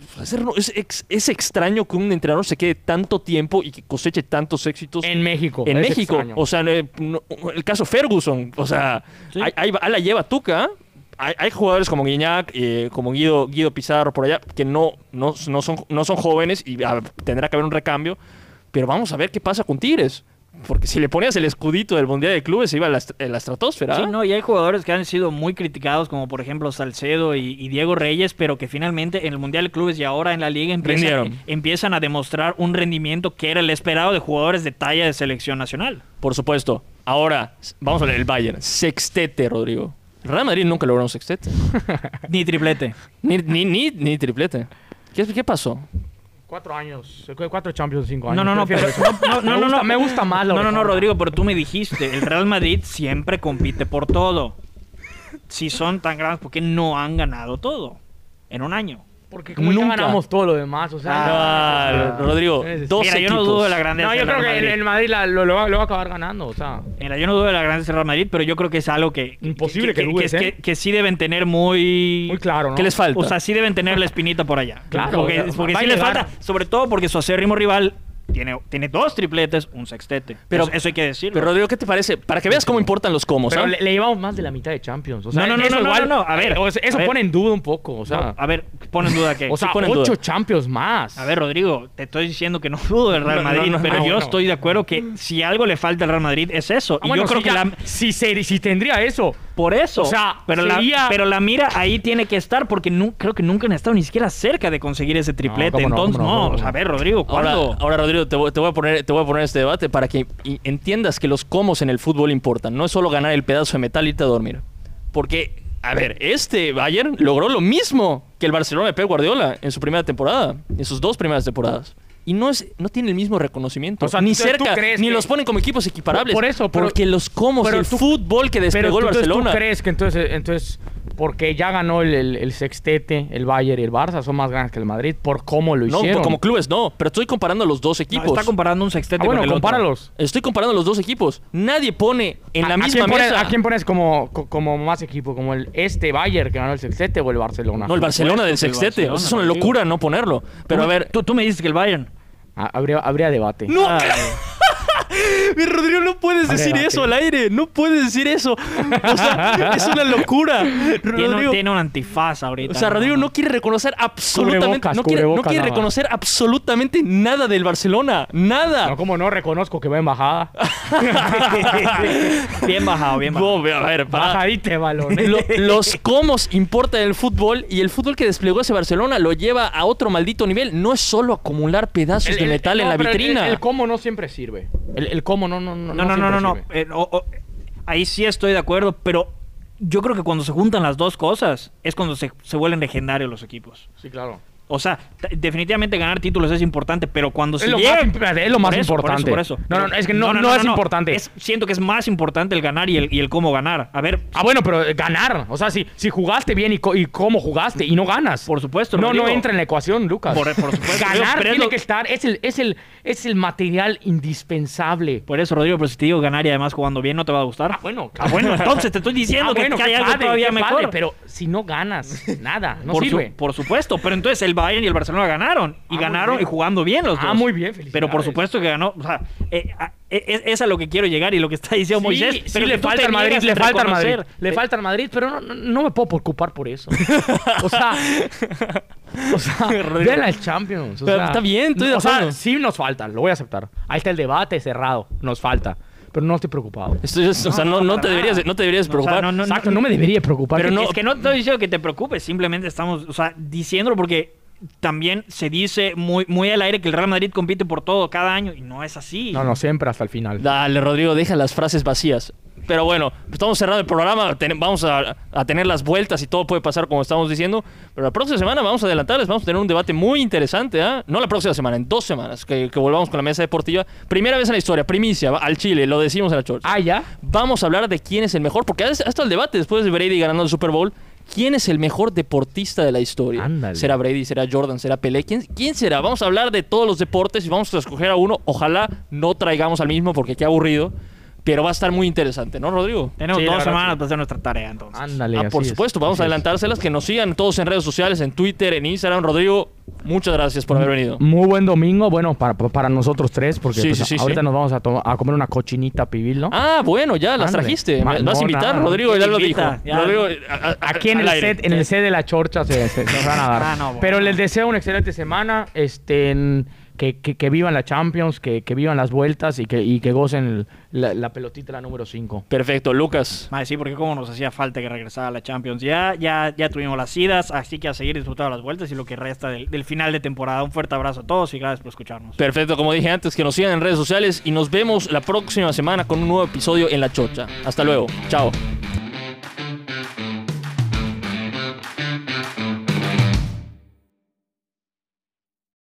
Speaker 1: es ex- es extraño que un entrenador se quede tanto tiempo y que coseche tantos éxitos
Speaker 3: En México.
Speaker 1: en
Speaker 3: es
Speaker 1: México.
Speaker 3: extraño.
Speaker 1: O sea, eh, no- el caso Ferguson, o sea,
Speaker 2: Sí.
Speaker 1: ahí, ahí va- ahí la lleva Tuca. Hay, hay jugadores como Guiñac, eh, como Guido, Guido Pizarro por allá, que no, no, no son, no son jóvenes y ah, tendrá que haber un recambio. Pero vamos a ver qué pasa con Tigres. Porque si le ponías el escudito del Mundial de Clubes, se iba a la, est- a la estratosfera.
Speaker 2: Sí, no, y hay jugadores que han sido muy criticados, como por ejemplo Salcedo y, y Diego Reyes, pero que finalmente en el Mundial de Clubes y ahora en la Liga empiezan,
Speaker 1: Rindieron.
Speaker 2: empiezan a demostrar un rendimiento que era el esperado de jugadores de talla de selección nacional.
Speaker 1: Por supuesto. Ahora, s- vamos a ver el Bayern. Sextete, Rodrigo. Real Madrid nunca logró un sextete.
Speaker 2: Ni triplete.
Speaker 1: Ni, ni, ni, ni triplete. ¿Qué, qué pasó?
Speaker 3: Cuatro años. cu- Cuatro Champions, cinco años.
Speaker 2: No, no, no,
Speaker 3: Prefiero
Speaker 2: pero, no, no,
Speaker 3: eso. me,
Speaker 2: no,
Speaker 3: gusta,
Speaker 2: no.
Speaker 3: me gusta más la
Speaker 2: No, no, no,
Speaker 3: orejona.
Speaker 2: Rodrigo, pero tú me dijiste, el Real Madrid siempre compite por todo. Si son tan grandes, ¿por qué no han ganado todo en un año?
Speaker 3: Porque como ya
Speaker 1: Nunca.
Speaker 3: ganamos todo lo demás, o sea...
Speaker 1: Ah,
Speaker 3: no,
Speaker 1: Rodrigo,
Speaker 3: no es-
Speaker 1: dos
Speaker 2: Mira, yo no
Speaker 1: equipos.
Speaker 2: dudo de la grandeza
Speaker 3: No, yo
Speaker 2: del
Speaker 3: creo
Speaker 2: Real
Speaker 3: que el,
Speaker 2: Madrid.
Speaker 3: el Madrid la- lo, lo va, lo va a acabar ganando, o sea...
Speaker 2: Mira, yo no dudo de la grandeza del Real Madrid, pero yo creo que es algo que...
Speaker 3: Imposible que dudes,
Speaker 2: que,
Speaker 3: ¿eh?
Speaker 2: que sí deben tener muy...
Speaker 3: Muy claro, ¿no?
Speaker 1: ¿Qué les falta?
Speaker 2: O sea, sí deben tener la espinita por allá.
Speaker 3: Claro,
Speaker 2: Porque,
Speaker 3: o sea,
Speaker 2: porque
Speaker 3: va a
Speaker 2: sí les
Speaker 3: llegar.
Speaker 2: falta, sobre todo porque su acérrimo rival tiene, tiene dos tripletes, un sextete.
Speaker 1: Pero-
Speaker 2: Pero eso, eso hay que decirlo.
Speaker 1: Pero Rodrigo, ¿qué te parece? Para que veas cómo importan los ¿ah? cómo,
Speaker 3: Pero
Speaker 1: ¿sabes?
Speaker 3: le, le llevamos más de la mitad de Champions, o sea...
Speaker 2: No, no, no,
Speaker 3: eso
Speaker 2: no, no,
Speaker 3: igual-
Speaker 2: no, no, a ver,
Speaker 3: o sea, eso
Speaker 2: a ver.
Speaker 3: pone en duda un poco, o sea...
Speaker 2: No, a ver, pon en duda que...
Speaker 3: o sea,
Speaker 1: pone en duda.
Speaker 3: ocho Champions más.
Speaker 2: A ver, Rodrigo, te estoy diciendo que no dudo del Real
Speaker 3: No, no,
Speaker 2: Madrid,
Speaker 3: no,
Speaker 2: pero
Speaker 3: no,
Speaker 2: yo
Speaker 3: no.
Speaker 2: estoy de acuerdo que si algo le falta al Real Madrid es eso.
Speaker 3: Ah,
Speaker 2: y
Speaker 3: bueno,
Speaker 2: yo creo
Speaker 3: sí,
Speaker 2: que
Speaker 3: ya-
Speaker 2: la,
Speaker 3: si, se- si tendría eso...
Speaker 2: por eso.
Speaker 3: O sea,
Speaker 2: pero,
Speaker 3: sería-
Speaker 2: la, pero la mira ahí tiene que estar porque nu- creo que nunca han estado ni siquiera cerca de conseguir ese triplete.
Speaker 3: cómo no,
Speaker 2: Entonces, no,
Speaker 3: cómo no, cómo no.
Speaker 2: o sea, a ver, Rodrigo,
Speaker 1: Ahora,
Speaker 2: ¿cuándo?
Speaker 1: ahora, Rodrigo, te voy, te voy a poner, te voy a poner este debate para que i- entiendas que los comos en el fútbol importan. No es solo ganar el pedazo de metal y irte a dormir. Porque, a ver, este Bayern logró lo mismo que el Barcelona de Pep Guardiola en su primera temporada, en sus dos primeras temporadas. Y no, es, no tiene el mismo reconocimiento.
Speaker 3: O sea,
Speaker 1: ni
Speaker 3: ¿tú- tú
Speaker 1: cerca,
Speaker 3: crees
Speaker 1: ni
Speaker 3: que-
Speaker 1: los ponen como equipos equiparables.
Speaker 3: Por eso, pero-
Speaker 1: porque los comos,
Speaker 3: pero
Speaker 1: el
Speaker 3: tú-
Speaker 1: fútbol que
Speaker 3: Pero
Speaker 1: despegó el
Speaker 3: tú- entonces,
Speaker 1: Barcelona.
Speaker 3: ¿tú crees que entonces, entonces porque ya ganó el, el- el sextete, el Bayern y el Barça, son más grandes que el Madrid por cómo lo
Speaker 1: no, pues
Speaker 3: hicieron?
Speaker 1: como clubes no. Pero estoy comparando los dos
Speaker 2: No,
Speaker 1: equipos.
Speaker 2: está comparando un
Speaker 3: Ah,
Speaker 2: sextete
Speaker 3: bueno,
Speaker 2: con el otro.
Speaker 3: compáralos.
Speaker 1: Estoy comparando los dos equipos. Nadie pone en
Speaker 3: ¿A-
Speaker 1: la
Speaker 3: a
Speaker 1: misma
Speaker 3: quién pones-
Speaker 1: mesa.
Speaker 3: ¿A quién pones como, co- como más equipo? ¿Como el este Bayern que ganó el sextete o el Barcelona?
Speaker 1: No, el Barcelona del
Speaker 2: supuesto que el
Speaker 1: sextete. O sea, es una
Speaker 2: Barcelona, Rodrigo.
Speaker 1: locura no ponerlo. Pero a ver.
Speaker 2: Tú, tú me dices que el Bayern.
Speaker 3: Ah, habría, habría debate.
Speaker 1: ¡No!
Speaker 2: Ay,
Speaker 1: Mi Rodrigo, no puedes decir
Speaker 3: Debate.
Speaker 1: eso al aire. No puedes decir eso. O sea, es una locura.
Speaker 2: Tiene, un-
Speaker 1: Rodrigo.
Speaker 2: tiene un antifaz ahorita.
Speaker 1: O sea, Rodrigo no quiere reconocer absolutamente.
Speaker 3: Cubrebocas,
Speaker 1: No quiere, no
Speaker 3: cubrebocas
Speaker 1: quiere
Speaker 3: nada más.
Speaker 1: reconocer absolutamente nada del Barcelona. Nada.
Speaker 3: No, como no reconozco que va en bajada.
Speaker 2: Bien bajado, bien bajado.
Speaker 1: No, ve- a ver, para-
Speaker 3: Bajadita de balón. ¿eh?
Speaker 1: Lo- los comos importan el fútbol y el fútbol que desplegó ese Barcelona lo lleva a otro maldito nivel. No es solo acumular pedazos de
Speaker 3: El- el-
Speaker 1: metal en
Speaker 3: no,
Speaker 1: la
Speaker 3: pero el-
Speaker 1: vitrina.
Speaker 3: El, el cómo no siempre sirve. El, el cómo no, no, no.
Speaker 2: No, no, no, no,
Speaker 3: siempre
Speaker 2: no.
Speaker 3: sirve.
Speaker 2: Eh, o- o- ahí sí estoy de acuerdo, pero yo creo que cuando se juntan las dos cosas es cuando se, se vuelven legendarios los equipos.
Speaker 3: Sí, claro.
Speaker 2: O sea, t- definitivamente ganar títulos es importante, pero cuando se
Speaker 3: lo
Speaker 2: llega...
Speaker 3: más imp- es lo más
Speaker 2: Por eso, por eso,
Speaker 3: importante.
Speaker 2: por eso.
Speaker 3: No, no, no, es que no- no es importante.
Speaker 2: Es- siento que es más importante el ganar y el, y el cómo ganar. A ver,
Speaker 3: Ah, bueno, pero eh, ganar. O sea, si, si jugaste bien y, co- y cómo jugaste y no ganas.
Speaker 2: Por supuesto,
Speaker 3: No, no
Speaker 2: Rodrigo.
Speaker 3: entra en la ecuación, Lucas.
Speaker 2: Por- por supuesto, Rodrigo,
Speaker 3: Ganar
Speaker 2: pero es
Speaker 3: tiene
Speaker 2: lo-
Speaker 3: que estar. Es el, es, el, es el material indispensable.
Speaker 2: por eso, Rodrigo, pero si te digo ganar y además jugando bien, ¿no te va a gustar?
Speaker 3: Ah, bueno,
Speaker 2: Ah, bueno, entonces te estoy diciendo
Speaker 3: Ah,
Speaker 2: que,
Speaker 3: bueno,
Speaker 2: que
Speaker 3: qué
Speaker 2: hay algo
Speaker 3: padre,
Speaker 2: todavía
Speaker 3: qué
Speaker 2: mejor.
Speaker 3: padre, pero si no ganas, nada, no
Speaker 2: por, su-
Speaker 3: sirve.
Speaker 2: por supuesto, pero entonces el Bayern y el Barcelona ganaron. Y
Speaker 3: Ah, muy
Speaker 2: ganaron y
Speaker 3: bien.
Speaker 2: jugando bien los
Speaker 3: Ah,
Speaker 2: dos.
Speaker 3: muy bien,
Speaker 2: Pero por
Speaker 3: felicidades.
Speaker 2: supuesto que ganó. O sea, eh, a- e- e- es a lo que quiero llegar y lo que está diciendo
Speaker 3: Sí,
Speaker 2: Moisés.
Speaker 3: sí,
Speaker 2: pero
Speaker 3: le
Speaker 2: que tú
Speaker 3: falta
Speaker 2: te
Speaker 3: al Madrid,
Speaker 2: niegas
Speaker 3: le
Speaker 2: a
Speaker 3: falta al Madrid,
Speaker 2: reconocer.
Speaker 3: le
Speaker 2: Eh,
Speaker 3: falta al Madrid, pero no, no- no me puedo preocupar por eso. O sea, o sea, vean al Champions. o
Speaker 1: Pero
Speaker 3: sea,
Speaker 1: está bien, estoy de
Speaker 3: o sea,
Speaker 1: acuerdo.
Speaker 3: sí nos falta, lo voy a aceptar. Ahí está el debate cerrado, nos falta, pero no estoy preocupado.
Speaker 1: Esto es- o sea, no, no
Speaker 2: para
Speaker 1: te deberías,
Speaker 2: nada.
Speaker 1: no te deberías
Speaker 2: No, o sea,
Speaker 1: preocupar.
Speaker 2: no, no,
Speaker 3: Exacto, no me debería preocupar.
Speaker 2: Pero
Speaker 3: que-
Speaker 2: no,
Speaker 3: es
Speaker 2: es que no estoy diciendo que te preocupes, simplemente estamos, o sea, diciéndolo porque también se dice muy, muy al aire que el Real Madrid compite por todo cada año y no es así.
Speaker 3: que- no, no, siempre hasta el final.
Speaker 1: Dale, Rodrigo, deja las frases vacías. Pero bueno, estamos cerrando el programa, ten- vamos a, a tener las vueltas y todo puede pasar como estamos diciendo. Pero la próxima semana vamos a adelantarles, vamos a tener un debate muy interesante, ¿ah? No la próxima semana, en dos semanas, que, que volvamos con la mesa deportiva. Primera vez en la historia, primicia, va- al Chile, lo decimos en la Chorcha.
Speaker 3: Ah, ya.
Speaker 1: Vamos a hablar de quién es el mejor, porque hasta hasta el debate después de Brady ganando el Super Bowl. ¿Quién es el mejor deportista de la historia?
Speaker 3: Ándale.
Speaker 1: ¿Será Brady? ¿Será Jordan? ¿Será Pelé? ¿Quién, ¿Quién será? Vamos a hablar de todos los deportes y vamos a escoger a uno. Ojalá no traigamos al mismo porque qué aburrido. Pero va a estar muy interesante, ¿no, Rodrigo?
Speaker 2: Tenemos
Speaker 3: Sí, la
Speaker 2: dos
Speaker 3: verdad,
Speaker 2: semanas
Speaker 3: sí.
Speaker 2: para hacer nuestra tarea entonces.
Speaker 3: Ándale,
Speaker 1: Ah, por
Speaker 3: así es,
Speaker 1: supuesto, vamos
Speaker 3: así
Speaker 1: a
Speaker 3: es.
Speaker 1: adelantárselas. Que nos sigan todos en redes sociales, en Twitter, en Instagram. Rodrigo, muchas gracias por haber venido.
Speaker 3: Muy buen domingo, bueno, para, para nosotros tres, porque
Speaker 1: Sí,
Speaker 3: pues,
Speaker 1: sí, sí,
Speaker 3: ahorita
Speaker 1: sí.
Speaker 3: nos vamos a, to- a comer una cochinita pibil, ¿no?
Speaker 1: Ah, bueno, ya las
Speaker 3: Ándale.
Speaker 1: trajiste. Me- Vas a
Speaker 3: Mamona.
Speaker 1: invitar, Rodrigo, ya lo dijo.
Speaker 2: Invita, ya.
Speaker 1: Rodrigo, a- a-
Speaker 3: Aquí en
Speaker 1: al
Speaker 3: el,
Speaker 1: aire.
Speaker 3: set, en el set de la chorcha se, se- se nos van a dar.
Speaker 2: Ah, no, bueno.
Speaker 3: Pero les deseo una excelente semana. Este, en- que, que- que vivan la Champions, que, que vivan las vueltas y que, y que gocen el- la, la pelotita, la número 5.
Speaker 1: Perfecto, Lucas.
Speaker 2: Madre, sí, porque como nos hacía falta que regresara a la Champions. Ya, ya, ya tuvimos las idas, así que a seguir disfrutando las vueltas y lo que resta del, del final de temporada. Un fuerte abrazo a todos y gracias por escucharnos.
Speaker 1: Perfecto, como dije antes, que nos sigan en redes sociales y nos vemos la próxima semana con un nuevo episodio en La Chocha. Hasta luego, chao.